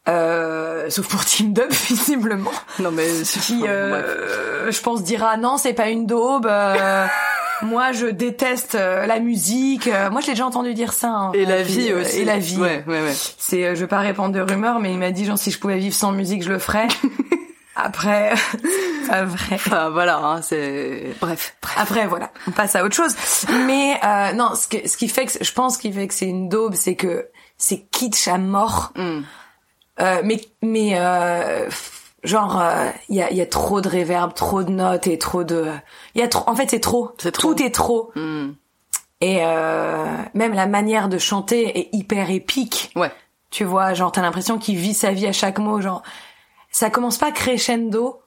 Euh, sauf pour Team Dub, visiblement. Non mais Qui, Bref. euh, je pense, dira non, c'est pas une daube. euh, moi, je déteste euh, la musique. Euh, moi, je l'ai déjà entendu dire ça. hein. Et la Puis, vie euh, aussi. Et la vie. Ouais, ouais, ouais. C'est, euh, je veux pas répandre de rumeurs, mais il m'a dit, genre, si je pouvais vivre sans musique, je le ferais. Après, c'est pas vrai. Enfin, voilà, hein, c'est... Bref. Après, voilà, on passe à autre chose. Mais euh, non, ce, que, ce qui fait que je pense qu'il fait que c'est une daube, c'est que c'est kitsch à mort. Mm. Euh, mais mais euh, genre il y, a, y a trop de réverb, trop de notes et trop de il y a trop en fait c'est trop. C'est trop. Mm. Tout est trop. Et euh, même la manière de chanter est hyper épique. Ouais. Tu vois, genre t'as l'impression qu'il vit sa vie à chaque mot, genre ça commence pas crescendo.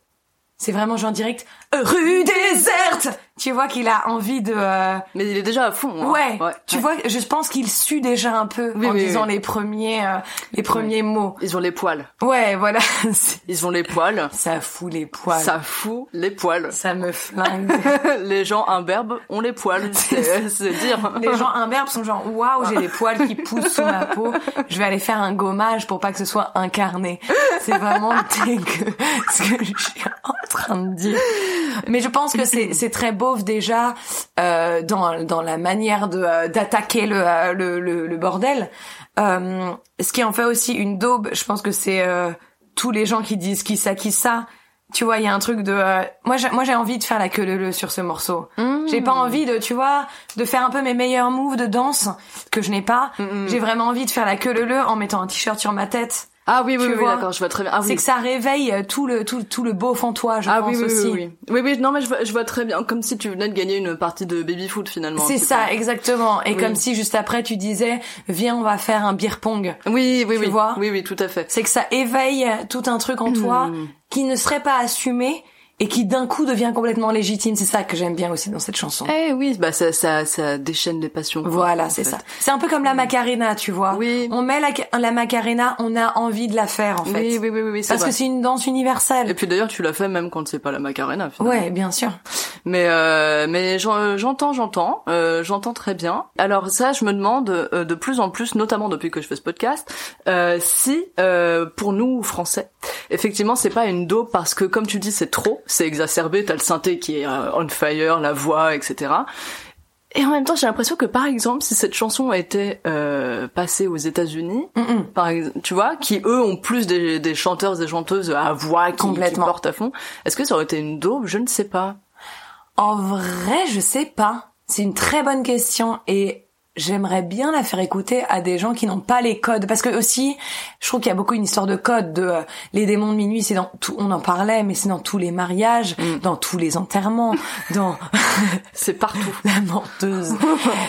C'est vraiment genre direct rue déserte. Tu vois qu'il a envie de euh, Mais il est déjà à fond. hein. ouais, Tu Ouais. vois, je pense qu'il sue déjà un peu Oui, en oui, disant oui. les premiers euh, les premiers mots. Ils ont les poils. Ouais, voilà, C'est- Ils ont les poils. ça fout les poils. Ça fout les poils. Ça me flingue. les gens imberbes ont les poils. C'est c'est dire. les gens imberbes sont genre waouh, j'ai des poils qui poussent sous ma peau. Je vais aller faire un gommage pour pas que ce soit incarné. C'est vraiment dégueu ce que je suis en train de dire. Mais je pense que c'est c'est très beauf déjà euh, dans dans la manière de euh, d'attaquer le, euh, le le le bordel. Euh, ce qui en fait aussi une daube, je pense que c'est euh, tous les gens qui disent qui ça qui ça. Tu vois, il y a un truc de euh, moi j'ai moi j'ai envie de faire la queue leu leu sur ce morceau. Mmh. J'ai pas envie de tu vois de faire un peu mes meilleurs moves de danse que je n'ai pas. Mmh, J'ai vraiment envie de faire la queue leu leu en mettant un t-shirt sur ma tête. Ah oui, oui, Tu oui, vois, d'accord, je vois très bien. Ah C'est oui. que ça réveille euh, tout le tout tout le beau en toi, je Ah pense oui, oui, aussi. oui, Oui, oui. oui, non, mais je vois, je vois très bien. Comme si tu venais de gagner une partie de baby-foot, finalement. C'est un petit ça, peu. exactement. Et Oui. comme si juste après tu disais, viens, on va faire un beer pong. Oui, oui, Tu oui. vois Oui, oui, tout à fait. C'est que ça éveille tout un truc en toi Mmh. qui ne serait pas assumé et qui d'un coup devient complètement légitime. C'est ça que j'aime bien aussi dans cette chanson. Eh oui, bah ça, ça, ça déchaîne les passions. quoi, en Voilà, c'est fait. ça. C'est un peu comme la Macarena, tu vois. Oui. On met la, la Macarena, on a envie de la faire en fait. Oui, oui, oui, oui, oui, c'est Parce vrai. que c'est une danse Et universelle. puis d'ailleurs, tu l'as fait même quand c'est pas la Macarena. Finalement. Ouais, bien sûr. Mais euh, mais j'en- j'entends, j'entends, euh, j'entends très bien. Alors ça, je me demande euh, de plus en plus, notamment depuis que je fais ce podcast, euh, si euh, pour nous Français, effectivement, c'est pas une daube parce que comme tu dis, c'est trop, c'est exacerbé, t'as le synthé qui est euh, on fire, la voix, etc. Et en même temps, j'ai l'impression que par exemple, si cette chanson était euh, passée aux États-Unis, Mm-mm. par exemple, tu vois, qui eux ont plus des, des chanteurs et chanteuses à voix qui, Complètement. qui portent à fond, est-ce que ça aurait été une daube Je ne sais pas. En vrai, je sais pas. C'est une très bonne question et j'aimerais bien la faire écouter à des gens qui n'ont pas les codes parce que aussi, je trouve qu'il y a beaucoup une histoire de code de euh, les démons de minuit. C'est dans tout, on en parlait, mais c'est dans tous les mariages, Mm. dans tous les enterrements, dans C'est partout. la menteuse.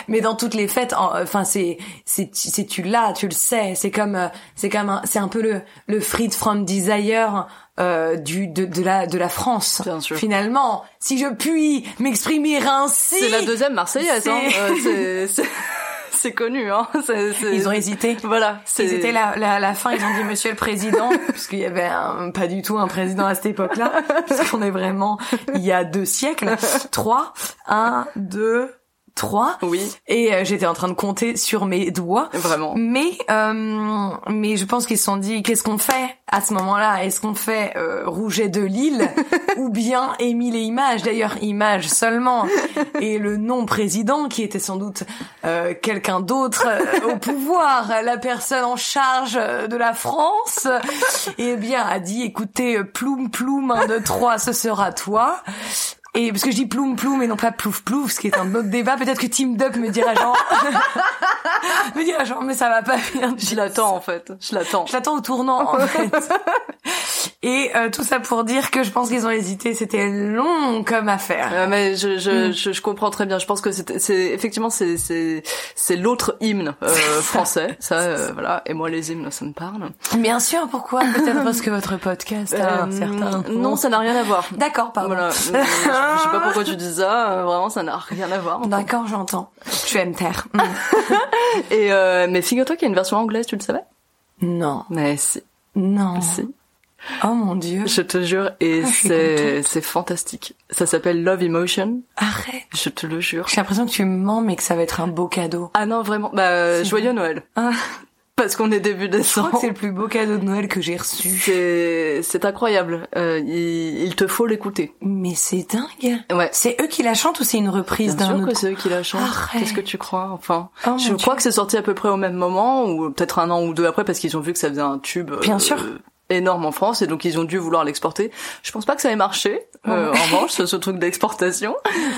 Mais dans toutes les fêtes, en- euh, enfin c'est c'est c'est tu l'as, tu le sais. C'est comme euh, c'est comme un- c'est un peu le le Freed from Desire euh, du de, de la de la France. Bien sûr. Finalement, si je puis m'exprimer ainsi, C'est la deuxième Marseillaise, hein. C'est- Euh, c'est- c'est- C'est connu, hein. C'est- c'est- Ils ont hésité. Voilà. c'est- Ils étaient là, là à la fin, ils ont dit Monsieur le Président, puisqu'il y avait un- pas du tout un président à cette époque-là, puisqu'on est vraiment il y a deux siècles, trois, un, deux, trois. Oui. Et euh, j'étais en train de compter sur mes doigts. Vraiment. Mais euh, mais je pense qu'ils se sont dit qu'est-ce qu'on fait à ce moment-là Est-ce qu'on fait euh, Rouget de Lille ou bien Émile et Images D'ailleurs Images seulement et le nom président qui était sans doute euh, quelqu'un d'autre euh, au pouvoir, la personne en charge euh, de la France, eh bien a dit écoutez euh, ploum ploum 1 2 3 ce sera toi. Et parce que je dis ploum ploum et non pas plouf plouf, ce qui est un autre débat, peut-être que Team Duck me dira genre me dire genre mais ça va pas bien. Je l'attends, en fait. Je l'attends. Je l'attends au tournant en fait. Et euh, tout ça pour dire que je pense qu'ils ont hésité, c'était long comme affaire. Euh, mais je, je, Hmm. je, je comprends très bien. Je pense que c'est c'est- effectivement c'est c'est c'est l'autre hymne euh, français. Ça, euh, voilà. Et moi les hymnes, ça me parle. Bien sûr, pourquoi Peut-être parce que votre podcast a un Euh, certain Non, ça n'a rien à voir. Ah, D'accord, pardon. Voilà. Je, je sais pas pourquoi tu dis ça. euh, Vraiment, ça n'a rien à voir. D'accord, j'entends. Tu aimes taire. Mm. Et euh, mais figure-toi qu'il y a une version anglaise. Tu le savais Non, Mais si, non. si. Oh mon dieu. Je te jure, et Ah, je suis c'est contente. c'est fantastique. Ça s'appelle Love Emotion, Arrête. je te le jure. J'ai l'impression que tu mens, mais que ça va être un beau cadeau. Ah non, vraiment, bah, euh, C'est joyeux Noël. Ah. Parce qu'on est début Je crois décembre. que c'est le plus beau cadeau de Noël que j'ai reçu. C'est c'est incroyable, Euh, il, il te faut l'écouter. Mais c'est dingue. Ouais. C'est eux qui la chantent ou c'est une reprise Bien d'un sûr autre que c'est eux qui la chantent. Arrête. Qu'est-ce que tu crois, enfin Oh, Je mon crois Dieu. que c'est sorti à peu près au même moment, ou peut-être un an ou deux après, parce qu'ils ont vu que ça faisait un tube. euh, Bien sûr. énorme en France et donc ils ont dû vouloir l'exporter. Je pense pas que ça ait marché euh, en revanche ce, ce truc d'exportation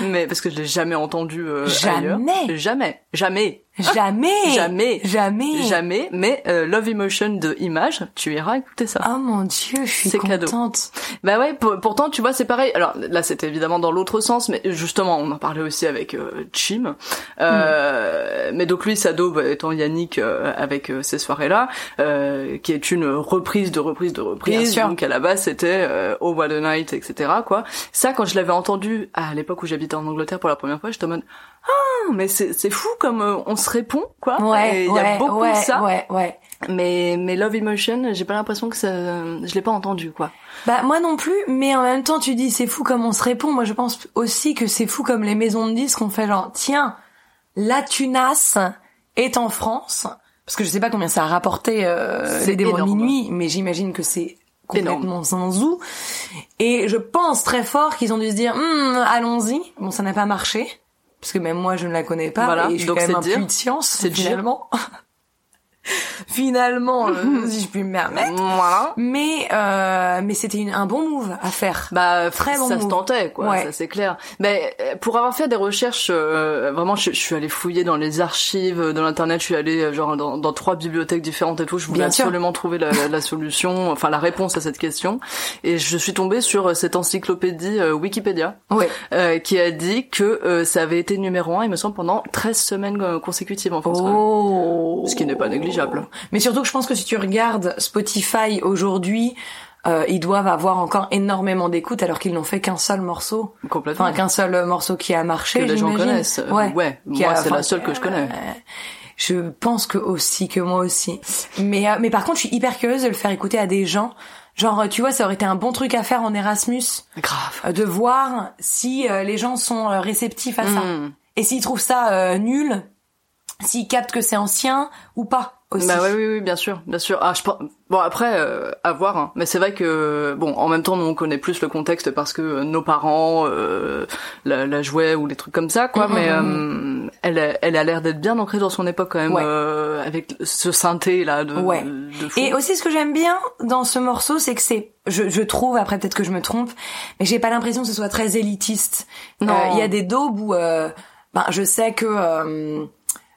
mais parce que je l'ai jamais entendu euh, ailleurs. Jamais. Jamais. Jamais. Jamais. Jamais. Jamais. Jamais, mais euh, Love Emotion de Image, tu iras écouter ça. Oh mon dieu, je suis C'est cadeau. contente. Bah ouais, pour- pourtant, tu vois, c'est pareil. Alors là, c'était évidemment dans l'autre sens, mais justement, on en parlait aussi avec euh, Chim. Euh, Mm. Mais donc lui, sa daube étant Yannick euh, avec euh, ces soirées-là, euh, qui est une reprise de reprise de reprise. Bien sûr. Donc à la base, c'était euh, Oh What a Night, etc. Quoi. Ça, quand je l'avais entendu à l'époque où j'habitais en Angleterre pour la première fois, j'étais en mode Ah, mais c'est c'est fou comme euh, on se répond, quoi. Ouais, Et Il ouais, y a beaucoup ouais, de ça. ouais, ouais. Mais mais Love Emotion, j'ai pas l'impression que ça, je l'ai pas entendu, quoi. Bah moi non plus, mais en même temps tu dis c'est fou comme on se répond. Moi je pense aussi que c'est fou comme les maisons de disques ont fait genre tiens, la tunasse est en France parce que je sais pas combien ça a rapporté euh, C'est les démons de énorme. hein. minuit, mais j'imagine que c'est complètement zinzou. Et je pense très fort qu'ils ont dû se dire, Hmm, allons-y. Bon, ça n'a pas marché. Parce que même moi, je ne la connais pas. Voilà, et je suis donc quand même c'est un dire. puits de science. C'est dire. finalement. finalement, euh, si je puis me permettre. Voilà. Mais, euh, mais c'était une- un bon move à faire. Bah, Très bon ça se move. tentait, quoi. Ouais. Ça, c'est clair. Mais euh, pour avoir fait des recherches, euh, vraiment, je, je suis allée fouiller dans les archives, euh, dans l'internet. Je suis allée euh, genre dans, dans trois bibliothèques différentes et tout. Je voulais Bien sûr. absolument trouver la, la- la solution, enfin la réponse à cette question. Et je suis tombée sur euh, cette encyclopédie euh, Wikipédia Ouais. euh, qui a dit que euh, ça avait été numéro un, il me semble, pendant 13 semaines euh, consécutives en France. quand même. Oh. Ce qui n'est pas négligeable. Mais surtout que je pense que si tu regardes Spotify aujourd'hui, euh, ils doivent avoir encore énormément d'écoutes alors qu'ils n'ont fait qu'un seul morceau. Complètement. Enfin, qu'un seul morceau qui a que marché. les gens j'imagine. connaissent. Euh, Ouais. Qui moi a- c'est enfin, la seule que je connais. Je pense que aussi, que moi aussi. Mais, euh, mais par contre, je suis hyper curieuse de le faire écouter à des gens. Genre, tu vois, ça aurait été un bon truc à faire en Erasmus, Grave. euh, de voir si euh, les gens sont euh, réceptifs à ça. Et s'ils trouvent ça euh, nul, s'ils captent que c'est ancien ou pas aussi. Bah oui, oui, oui, bien sûr, bien sûr. Ah, je pense... Bon, après, euh, à voir. hein. Mais c'est vrai que, bon, en même temps, nous, on connaît plus le contexte parce que euh, nos parents euh, la, la jouaient ou des trucs comme ça, quoi. Mhm, mais euh, elle, a- elle a l'air d'être bien ancrée dans son époque, quand même, Ouais. euh, avec ce synthé, là, de, Ouais. de fou. Et aussi, ce que j'aime bien dans ce morceau, c'est que c'est, je, je trouve, après peut-être que je me trompe, mais j'ai pas l'impression que ce soit très élitiste. Euh, Non. Il y a des daubes où, euh, ben, je sais que, euh,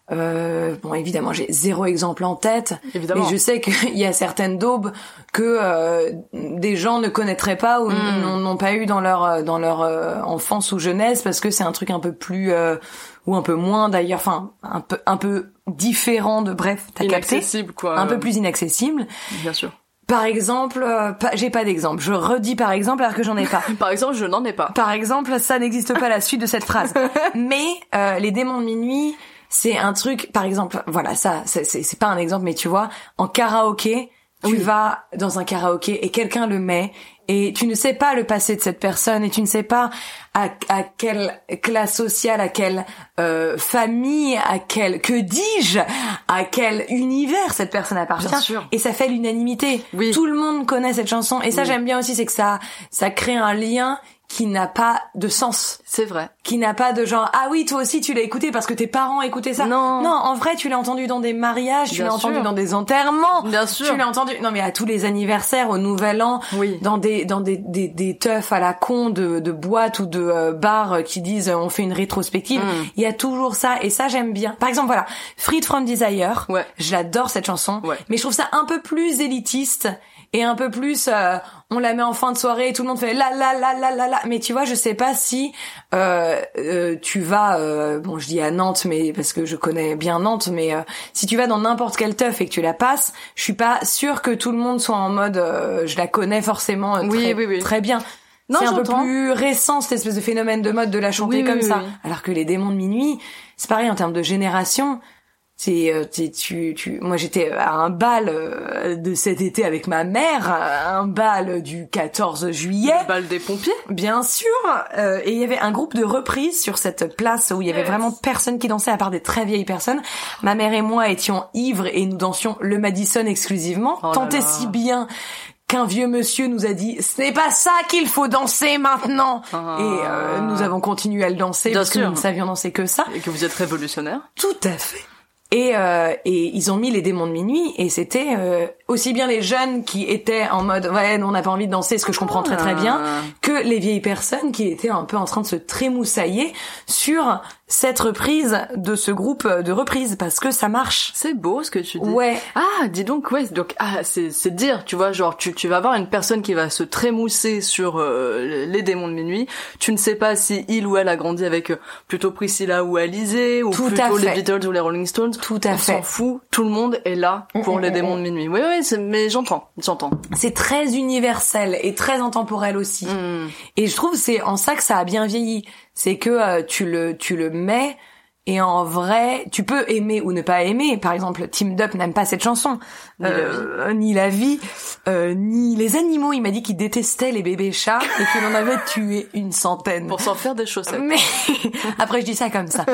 euh, bon, évidemment, j'ai zéro exemple en tête, Évidemment. mais je sais qu'il y a certaines daubes que euh, des gens ne connaîtraient pas ou Mm. n- n'ont- n'ont pas eu dans leur euh, dans leur euh, enfance ou jeunesse parce que c'est un truc un peu plus euh, ou un peu moins d'ailleurs, enfin un peu un peu différent de bref, t'as capté Inaccessible, quoi. un peu plus inaccessible. Bien sûr. Par exemple, euh, pas- j'ai pas d'exemple. Je redis par exemple alors que j'en ai pas. Par exemple, je n'en ai pas. Par exemple, ça n'existe pas la suite de cette phrase. Mais euh, les démons de minuit, c'est un truc. Par exemple, voilà, ça, c'est- c'est c'est pas un exemple, mais tu vois, en karaoké, tu vas dans un karaoké et quelqu'un le met et tu ne sais pas le passé de cette personne et tu ne sais pas à, à quelle classe sociale, à quelle euh, famille, à quel que dis-je, à quel univers cette personne appartient. Bien sûr. Et ça fait l'unanimité. Oui. Tout le monde connaît cette chanson. Et ça, j'aime bien aussi, c'est que ça, ça crée un lien qui n'a pas de sens. C'est vrai. Qui n'a pas de genre, ah oui, toi aussi, tu l'as écouté parce que tes parents écoutaient ça. Non. Non, en vrai, tu l'as entendu dans des mariages, tu Bien l'as sûr. entendu dans des enterrements. Bien sûr. Tu l'as entendu, non mais à tous les anniversaires, au nouvel an. Oui. Dans des, dans des, des, des teufs à la con de, de boîtes ou de euh, bars qui disent, euh, on fait une rétrospective. Mm. Il y a toujours ça. Et ça, j'aime bien. Par exemple, voilà. Freed from Desire. Ouais. J'adore cette chanson. Ouais. Mais je trouve ça un peu plus élitiste et un peu plus euh, on la met en fin de soirée et tout le monde fait la la la la la la. Mais tu vois, je sais pas si euh, euh, tu vas euh, bon, je dis à Nantes mais parce que je connais bien Nantes mais euh, si tu vas dans n'importe quel teuf et que tu la passes, je suis pas sûre que tout le monde soit en mode euh, je la connais forcément euh, Oui, très, oui, oui. très bien. Non, C'est un peu j'entends. plus récent cette espèce de phénomène de mode de la chanter Oui, oui, comme oui, ça. oui. Alors que les démons de minuit, c'est pareil en termes de génération. C'est euh, t'es- tu tu moi j'étais à un bal euh, de cet été avec ma mère, à un bal du 14 juillet, Balle des pompiers. bien sûr, euh, et il y avait un groupe de reprises sur cette place où il y avait vraiment personne qui dansait à part des très vieilles personnes. Ma mère et moi étions ivres et nous dansions le Madison exclusivement, Oh là tant et là. si bien qu'un vieux monsieur nous a dit ce n'est pas ça qu'il faut danser maintenant Ah. et euh, nous avons continué à le danser Bien parce que sûr. nous ne savions danser que ça. Et que vous êtes révolutionnaire. Tout à fait. Et, euh, et ils ont mis les démons de minuit et c'était euh, aussi bien les jeunes qui étaient en mode ouais non, on n'a pas envie de danser ce que je comprends très très bien que les vieilles personnes qui étaient un peu en train de se trémoussailler sur cette reprise de ce groupe de reprises parce que ça marche. C'est beau ce que tu dis. Ouais. Ah, dis donc, ouais, donc ah, c'est c'est dire, tu vois, genre tu tu vas voir une personne qui va se trémousser sur euh, les démons de minuit. Tu ne sais pas si il ou elle a grandi avec euh, plutôt Priscilla ou Alizé ou Tout à plutôt les fait. Beatles ou les Rolling Stones. Tout à On fait. s'en fout, tout le monde est là pour Mm, les mm, démons de minuit. Oui, oui, c'est- mais j'entends, j'entends. C'est très universel et très intemporel aussi. Et je trouve que c'est en ça que ça a bien vieilli, c'est que euh, tu le tu le mets Et en vrai, tu peux aimer ou ne pas aimer. Par exemple, Tim Dup n'aime pas cette chanson, euh, ni la vie, euh, ni les animaux. Il m'a dit qu'il détestait les bébés chats et qu'il en avait tué une centaine. Pour s'en faire des chaussettes. Mais après, je dis ça comme ça.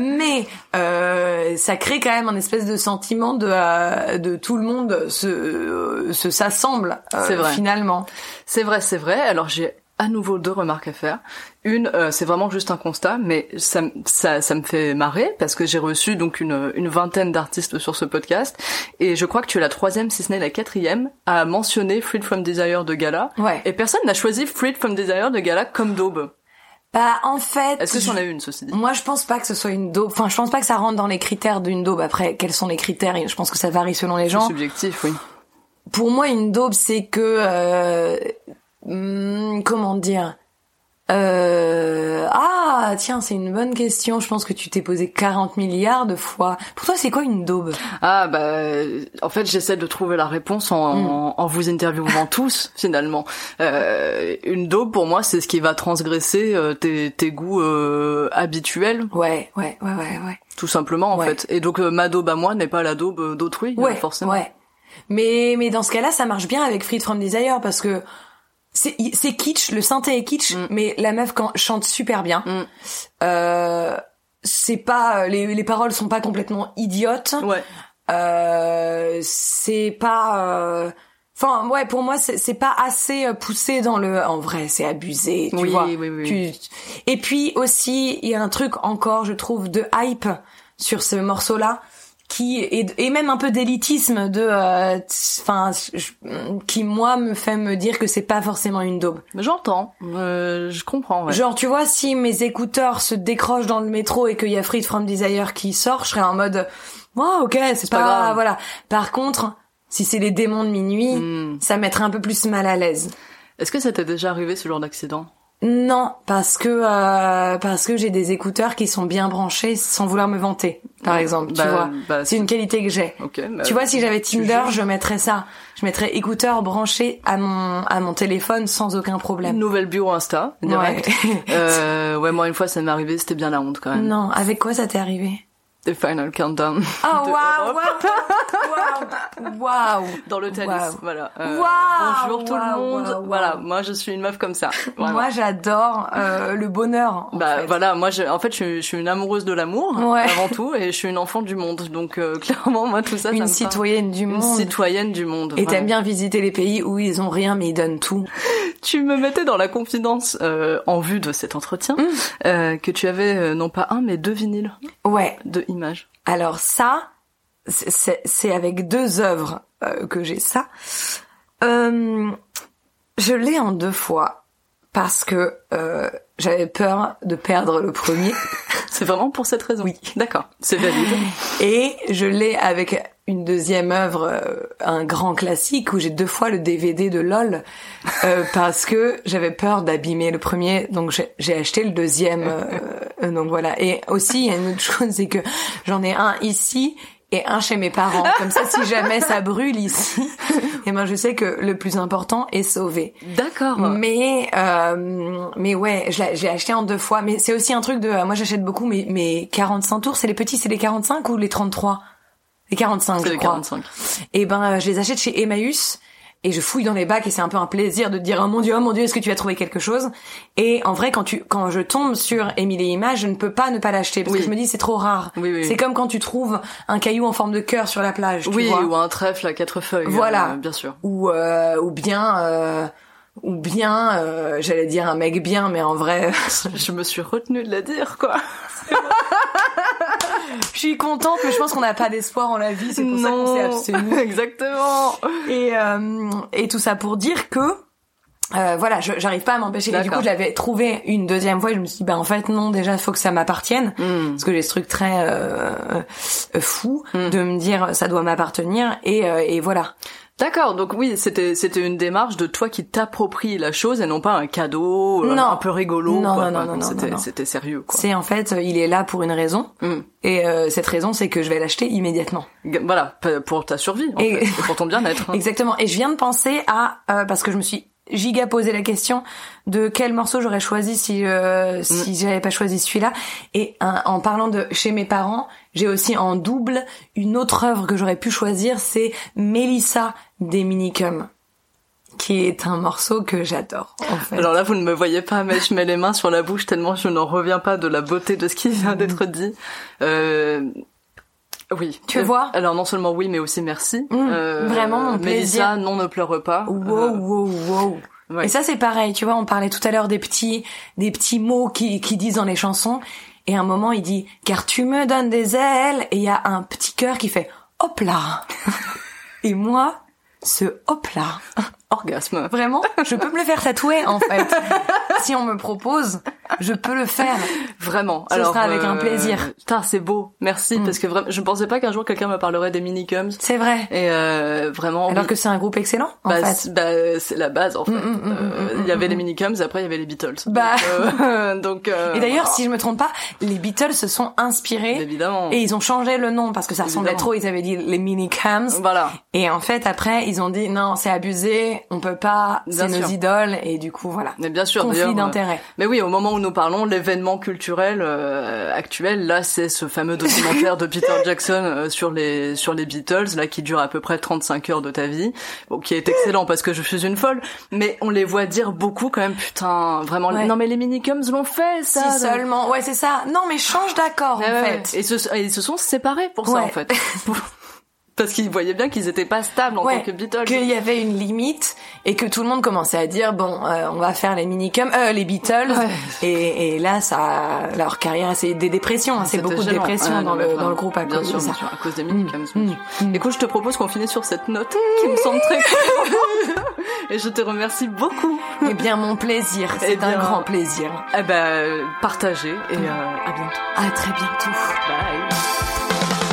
Mais euh, ça crée quand même un espèce de sentiment de euh, de tout le monde se euh, se s'assemble. euh, C'est vrai. Finalement. C'est vrai, c'est vrai. Alors j'ai à nouveau deux remarques à faire. Une, euh, c'est vraiment juste un constat, mais ça, m- ça, ça me fait marrer parce que j'ai reçu donc une, une vingtaine d'artistes sur ce podcast et je crois que tu es la troisième, si ce n'est la quatrième, à mentionner Freed from Desire de Gala. Ouais. Et personne n'a choisi Freed from Desire de Gala comme daube. Bah en fait. Est-ce que je- j'en ai une, ceci dit Moi, je pense pas que ce soit une daube. Enfin, je pense pas que ça rentre dans les critères d'une daube. Après, quels sont les critères Je pense que ça varie selon les C'est gens. subjectif, oui. Pour moi, une daube, c'est que euh, hmm, comment dire euh, Ah, tiens, c'est une bonne question. Je pense que tu t'es posé 40 milliards de fois. Pour toi, c'est quoi une daube Ah bah euh, en fait j'essaie de trouver la réponse en, Hmm. en, en vous interviewant tous finalement. Euh, une daube pour moi c'est ce qui va transgresser euh, tes, tes goûts euh, habituels Ouais, ouais, ouais, ouais, ouais. tout simplement en Ouais. fait. Et donc euh, ma daube à moi n'est pas la daube euh, d'autrui euh, Ouais, forcément. Ouais. Mais mais dans ce cas-là, ça marche bien avec Freed from Desire parce que c'est il- c'est kitsch, le synthé est kitsch, Mm. mais la meuf quand, chante super bien. Euh, c'est pas les les paroles sont pas complètement idiotes. Ouais. Euh, c'est pas euh, Enfin, ouais, pour moi, c'est c'est pas assez euh, poussé dans le. En vrai, c'est abusé, tu Oui, vois. oui, oui. Tu- Et puis aussi, il y a un truc encore, je trouve, de hype sur ce morceau-là, qui est et même un peu d'élitisme de, euh, tss, enfin, je- qui moi me fait me dire que c'est pas forcément une daube. Mais J'entends, Euh, je comprends. Ouais. Genre, tu vois, si mes écouteurs se décrochent dans le métro et qu'il y a Freed from Desire qui sort, je serais en mode, moi, ok, c'est pas, pas grave. voilà. Par contre, si c'est les démons de minuit, Hmm. ça mettrait un peu plus mal à l'aise. Est-ce que ça t'est déjà arrivé ce genre d'accident Non, parce que euh, parce que j'ai des écouteurs qui sont bien branchés, sans vouloir me vanter, par exemple. Bah, tu vois, bah, c'est une qualité que j'ai. Ok. bah, Tu vois, si j'avais tu Tinder, juges. je mettrais ça. Je mettrais écouteurs branchés à mon à mon téléphone sans aucun Une problème. nouvelle bio Insta direct. Ouais. euh, ouais moi une fois ça m'est arrivé, c'était bien la honte quand même. Non, avec quoi ça t'est arrivé The final countdown. Oh de waouh, Europe. waouh, waouh, dans le tennis. Waouh. Voilà. Euh, Waouh, bonjour tout le waouh, monde. waouh, waouh. Voilà, moi je suis une meuf comme ça. Voilà. Moi, j'adore euh, le bonheur. en bah fait. voilà, moi j'ai- en fait je suis, je suis une amoureuse de l'amour Ouais. avant tout et je suis une enfant du monde. Donc euh, clairement moi tout ça, ça une me citoyenne du parle. une monde. citoyenne du monde. Et vraiment. t'aimes bien visiter les pays où ils ont rien mais ils donnent tout. Tu me mettais dans la confidence euh, en vue de cet entretien Mm. euh, que tu avais euh, non pas un mais deux vinyles Ouais. de images. Alors ça, c'est- c'est c'est avec deux œuvres euh, que j'ai ça. Euh, je l'ai en deux fois parce que euh, j'avais peur de perdre le premier C'est vraiment pour cette raison. Oui. D'accord. C'est valide. et je l'ai avec une deuxième œuvre, euh, un grand classique où j'ai deux fois le DVD de LOL euh, parce que j'avais peur d'abîmer le premier, donc j'ai- j'ai acheté le deuxième. euh, euh, donc voilà. Et aussi, il y a une autre chose, c'est que j'en ai un ici et un chez mes parents. Comme ça, si jamais ça brûle ici, et ben je sais que le plus important est sauvé. D'accord. Mais euh, mais ouais, je l'ai- j'ai acheté en deux fois. Mais c'est aussi un truc de, euh, moi j'achète beaucoup, mais mais 45 tours, c'est les petits, c'est les 45 ou les 33 Les 45, C'est je le crois. 45. Et ben euh, je les achète chez Emmaüs et je fouille dans les bacs et c'est un peu un plaisir de te dire oh mon dieu, oh mon dieu, est-ce que tu as trouvé quelque chose Et en vrai, quand tu quand je tombe sur Émile et Images, je ne peux pas ne pas l'acheter parce Oui. que je me dis c'est trop rare. Oui, oui. C'est comme quand tu trouves un caillou en forme de cœur sur la plage. tu Oui, vois ou un trèfle à quatre feuilles. Voilà. euh, bien sûr. ou euh, ou bien euh, ou bien euh, j'allais dire un mec bien mais en vrai Je me suis retenue de la dire quoi. je suis contente mais je pense qu'on n'a pas d'espoir en la vie c'est pour ça qu'on s'est abstenu Exactement. et euh, et tout ça pour dire que euh, voilà, je- j'arrive pas à m'empêcher. Et du D'accord. coup, je l'avais trouvé une deuxième fois et je me suis dit, bah en fait non, déjà faut que ça m'appartienne, parce que j'ai ce truc très euh, euh, fou de me dire ça doit m'appartenir et, euh, et voilà. D'accord, donc oui, c'était c'était une démarche de toi qui t'approprie la chose et non pas un cadeau euh, Non. un peu rigolo. Non, quoi. non, non, Enfin, non, non, c'était non, non. c'était sérieux quoi. C'est en fait, euh, il est là pour une raison Mm. et euh, cette raison, c'est que je vais l'acheter immédiatement. G- Voilà, p- pour ta survie en fait, Et- et pour ton bien-être. hein. Exactement. Et je viens de penser à euh, parce que je me suis giga posé la question de quel morceau j'aurais choisi si euh, si j'avais pas choisi celui-là et hein, en parlant de chez mes parents j'ai aussi en double une autre œuvre que j'aurais pu choisir c'est Mélissa des Minicum qui est un morceau que j'adore en fait. Alors là, vous ne me voyez pas, mais je mets les mains sur la bouche tellement je n'en reviens pas de la beauté de ce qui vient d'être dit. Euh, Oui. Mm. Euh, Tu veux voir Alors non seulement oui, mais aussi merci. Euh, Mmh, vraiment, mon Mélissa, plaisir. non, ne pleure pas. Wow, wow, wow. Euh, ouais. Et ça, c'est pareil, tu vois, on parlait tout à l'heure des petits, des petits mots qui, qui disent dans les chansons. Et à un moment, il dit, car tu me donnes des ailes. Et il y a un petit cœur qui fait, hop là. et moi, ce hop là. Orgasme. Vraiment, je peux me le faire tatouer, en fait. si on me propose, je peux le faire. Vraiment. Ce Alors, euh, sera avec un plaisir. Mm. Putain, c'est beau. Merci parce que vraiment, je ne pensais pas qu'un jour quelqu'un me parlerait des minicums. C'est vrai. Et euh, vraiment. Alors oui. que c'est un groupe excellent, en bah, fait. c'est- bah, c'est la base en fait. mm, mm, Euh, Il y avait les minicums, après il y avait les Beatles. Bah. Donc, euh, donc, euh, Et d'ailleurs, si je me trompe pas, les Beatles se sont inspirés. évidemment. Et ils ont changé le nom parce que ça ressemblait Évidemment. trop. Ils avaient dit les minicums. Voilà. Et en fait, après, ils ont dit non, c'est abusé, on peut pas, c'est Bien sûr. nos idoles, et du coup, voilà. Mais bien sûr, d'ailleurs, Conflit euh, d'intérêt. Mais oui, au moment où nous parlons, l'événement culturel euh, actuel, là, c'est ce fameux documentaire de Peter Jackson euh, sur les sur les Beatles, là, qui dure à peu près 35 heures de ta vie, bon, qui est excellent parce que je suis une folle, mais on les voit dire beaucoup quand même, putain, vraiment. Ouais. Non, mais les minicums l'ont fait, ça. Si donc- seulement, ouais, c'est ça. Non, mais change d'accord, Ouais, en ouais, fait. ouais. Et, se- et ils se sont séparés pour ça, Ouais. en fait. parce qu'ils voyaient bien qu'ils étaient pas stables en Ouais, tant que Beatles. qu'il y avait une limite et que tout le monde commençait à dire bon euh, on va faire les minicums euh, les Beatles et, et là ça leur carrière c'est des dépressions hein, c'est C'était beaucoup de gênant. dépressions Ah, dans, non, mais le, vraiment, dans le groupe à bien cause sûr, de ça Mm, bien sûr, à cause des minicums. bien sûr. Du coup, je te propose qu'on finisse sur cette note qui me semble très cool. Et je te remercie beaucoup. Eh bien mon plaisir Eh c'est un bien. grand plaisir Eh ben, partagez et euh, à bientôt. à très bientôt Bye.